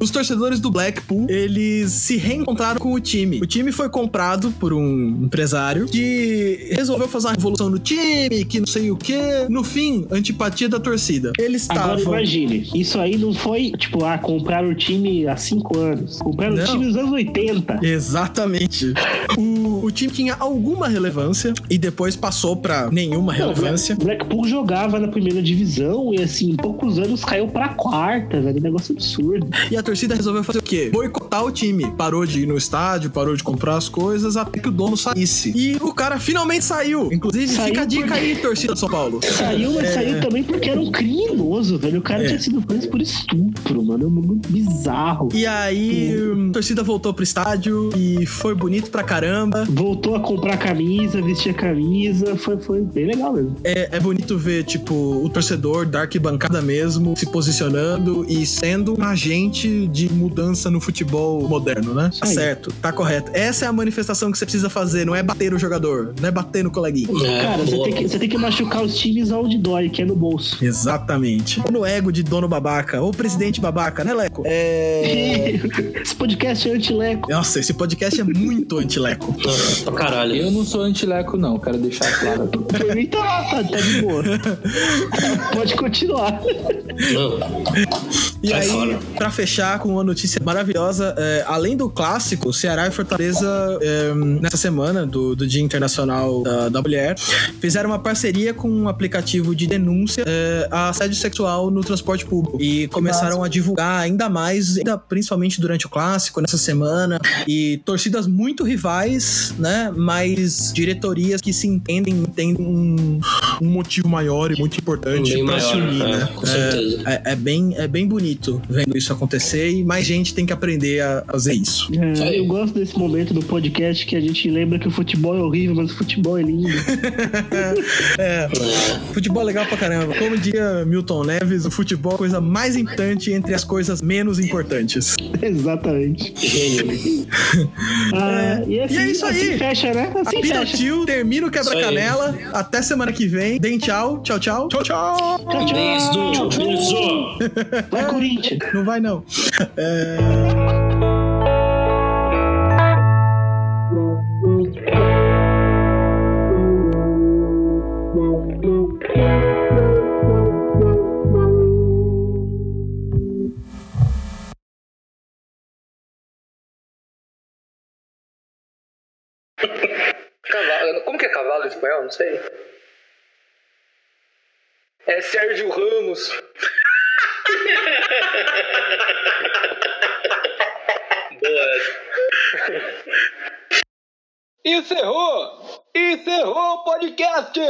os torcedores do Blackpool, eles se reencontraram com o time. O time foi comprado por um empresário que resolveu fazer uma revolução no time, que não sei o quê. No fim, antipatia da torcida. Eles
Agora
estavam...
imagine, isso aí não foi, tipo, ah, compraram o time há cinco anos. Compraram
Não.
o time nos anos 80.
Exatamente. O, o time tinha alguma relevância e depois passou pra nenhuma
Não,
relevância.
Black- Blackpool jogava na primeira divisão e, assim, em poucos anos caiu pra quarta, velho. Negócio absurdo.
E a torcida resolveu fazer o quê? Boicotar o time. Parou de ir no estádio, parou de comprar as coisas até que o dono saísse. E o cara finalmente saiu. Inclusive,
Saiu
fica a dica
por-
aí, torcida do São Paulo.
Saiu, mas saiu também porque era um criminoso, velho. O cara
É.
tinha sido preso por estupro, mano. É um mundo bizarro.
E aí,
Hum.
a torcida voltou pro estádio e foi bonito pra caramba.
Voltou a comprar camisa, vestir a camisa. Foi, foi bem legal mesmo.
É, é bonito ver, tipo, o torcedor da arquibancada mesmo se posicionando e sendo um agente de mudança no futebol moderno, né? Tá
aí.
certo, tá correto. Essa é a manifestação que você precisa fazer, não é bater o jogador, não é bater no coleguinha.
É,
Cara, você
boa.
tem, que, você tem que machucar os times aonde dói, que é no bolso.
Exatamente. No ego de dono babaca, ou presidente babaca, né, Leco?
Esse podcast é antileco.
Nossa, esse podcast é muito antileco.
Nossa, pra caralho.
Eu não sou antileco, não, quero deixar claro.
Pra mim tá, tá, tá de boa. Pode continuar.
Não.
E
Sai
aí,
fora.
pra fechar com uma notícia maravilhosa, é, além do clássico, Ceará e Fortaleza, é, nessa semana do, do Dia Internacional da, da Mulher, fizeram uma parceria com um aplicativo de denúncia é, a assédio sexual no transporte público. E começaram a divulgar ainda mais, ainda principalmente durante o clássico, nessa semana. E torcidas muito rivais, né? Mas diretorias que se entendem, entendem um, um motivo Um maior e muito importante
Bem
pra
maior,
se unir,
é,
né?
com certeza.
É, é bem, é bem bonito vendo isso acontecer sei, mais gente tem que aprender a a fazer isso.
É, eu gosto desse momento do podcast que a gente lembra que o futebol é horrível, mas o futebol é lindo.
É, futebol é legal pra caramba. Como diria Milton Neves, o futebol é a coisa mais importante entre as coisas menos importantes.
Exatamente.
Gênio.
Ah, e, assim,
E é isso aí.
assim fecha, né? Assim
Apita
fecha.
tio, termina o quebra-canela. Até semana que vem. Deem tchau, tchau, tchau. Tchau, tchau.
Tchau, tchau.
Beijo. Beijo.
Vai, Corinthians.
Não vai, não. É...
Cavalo. Como que é cavalo em espanhol? Não sei. É Sérgio Ramos. Boa. Encerrou! Encerrou o podcast!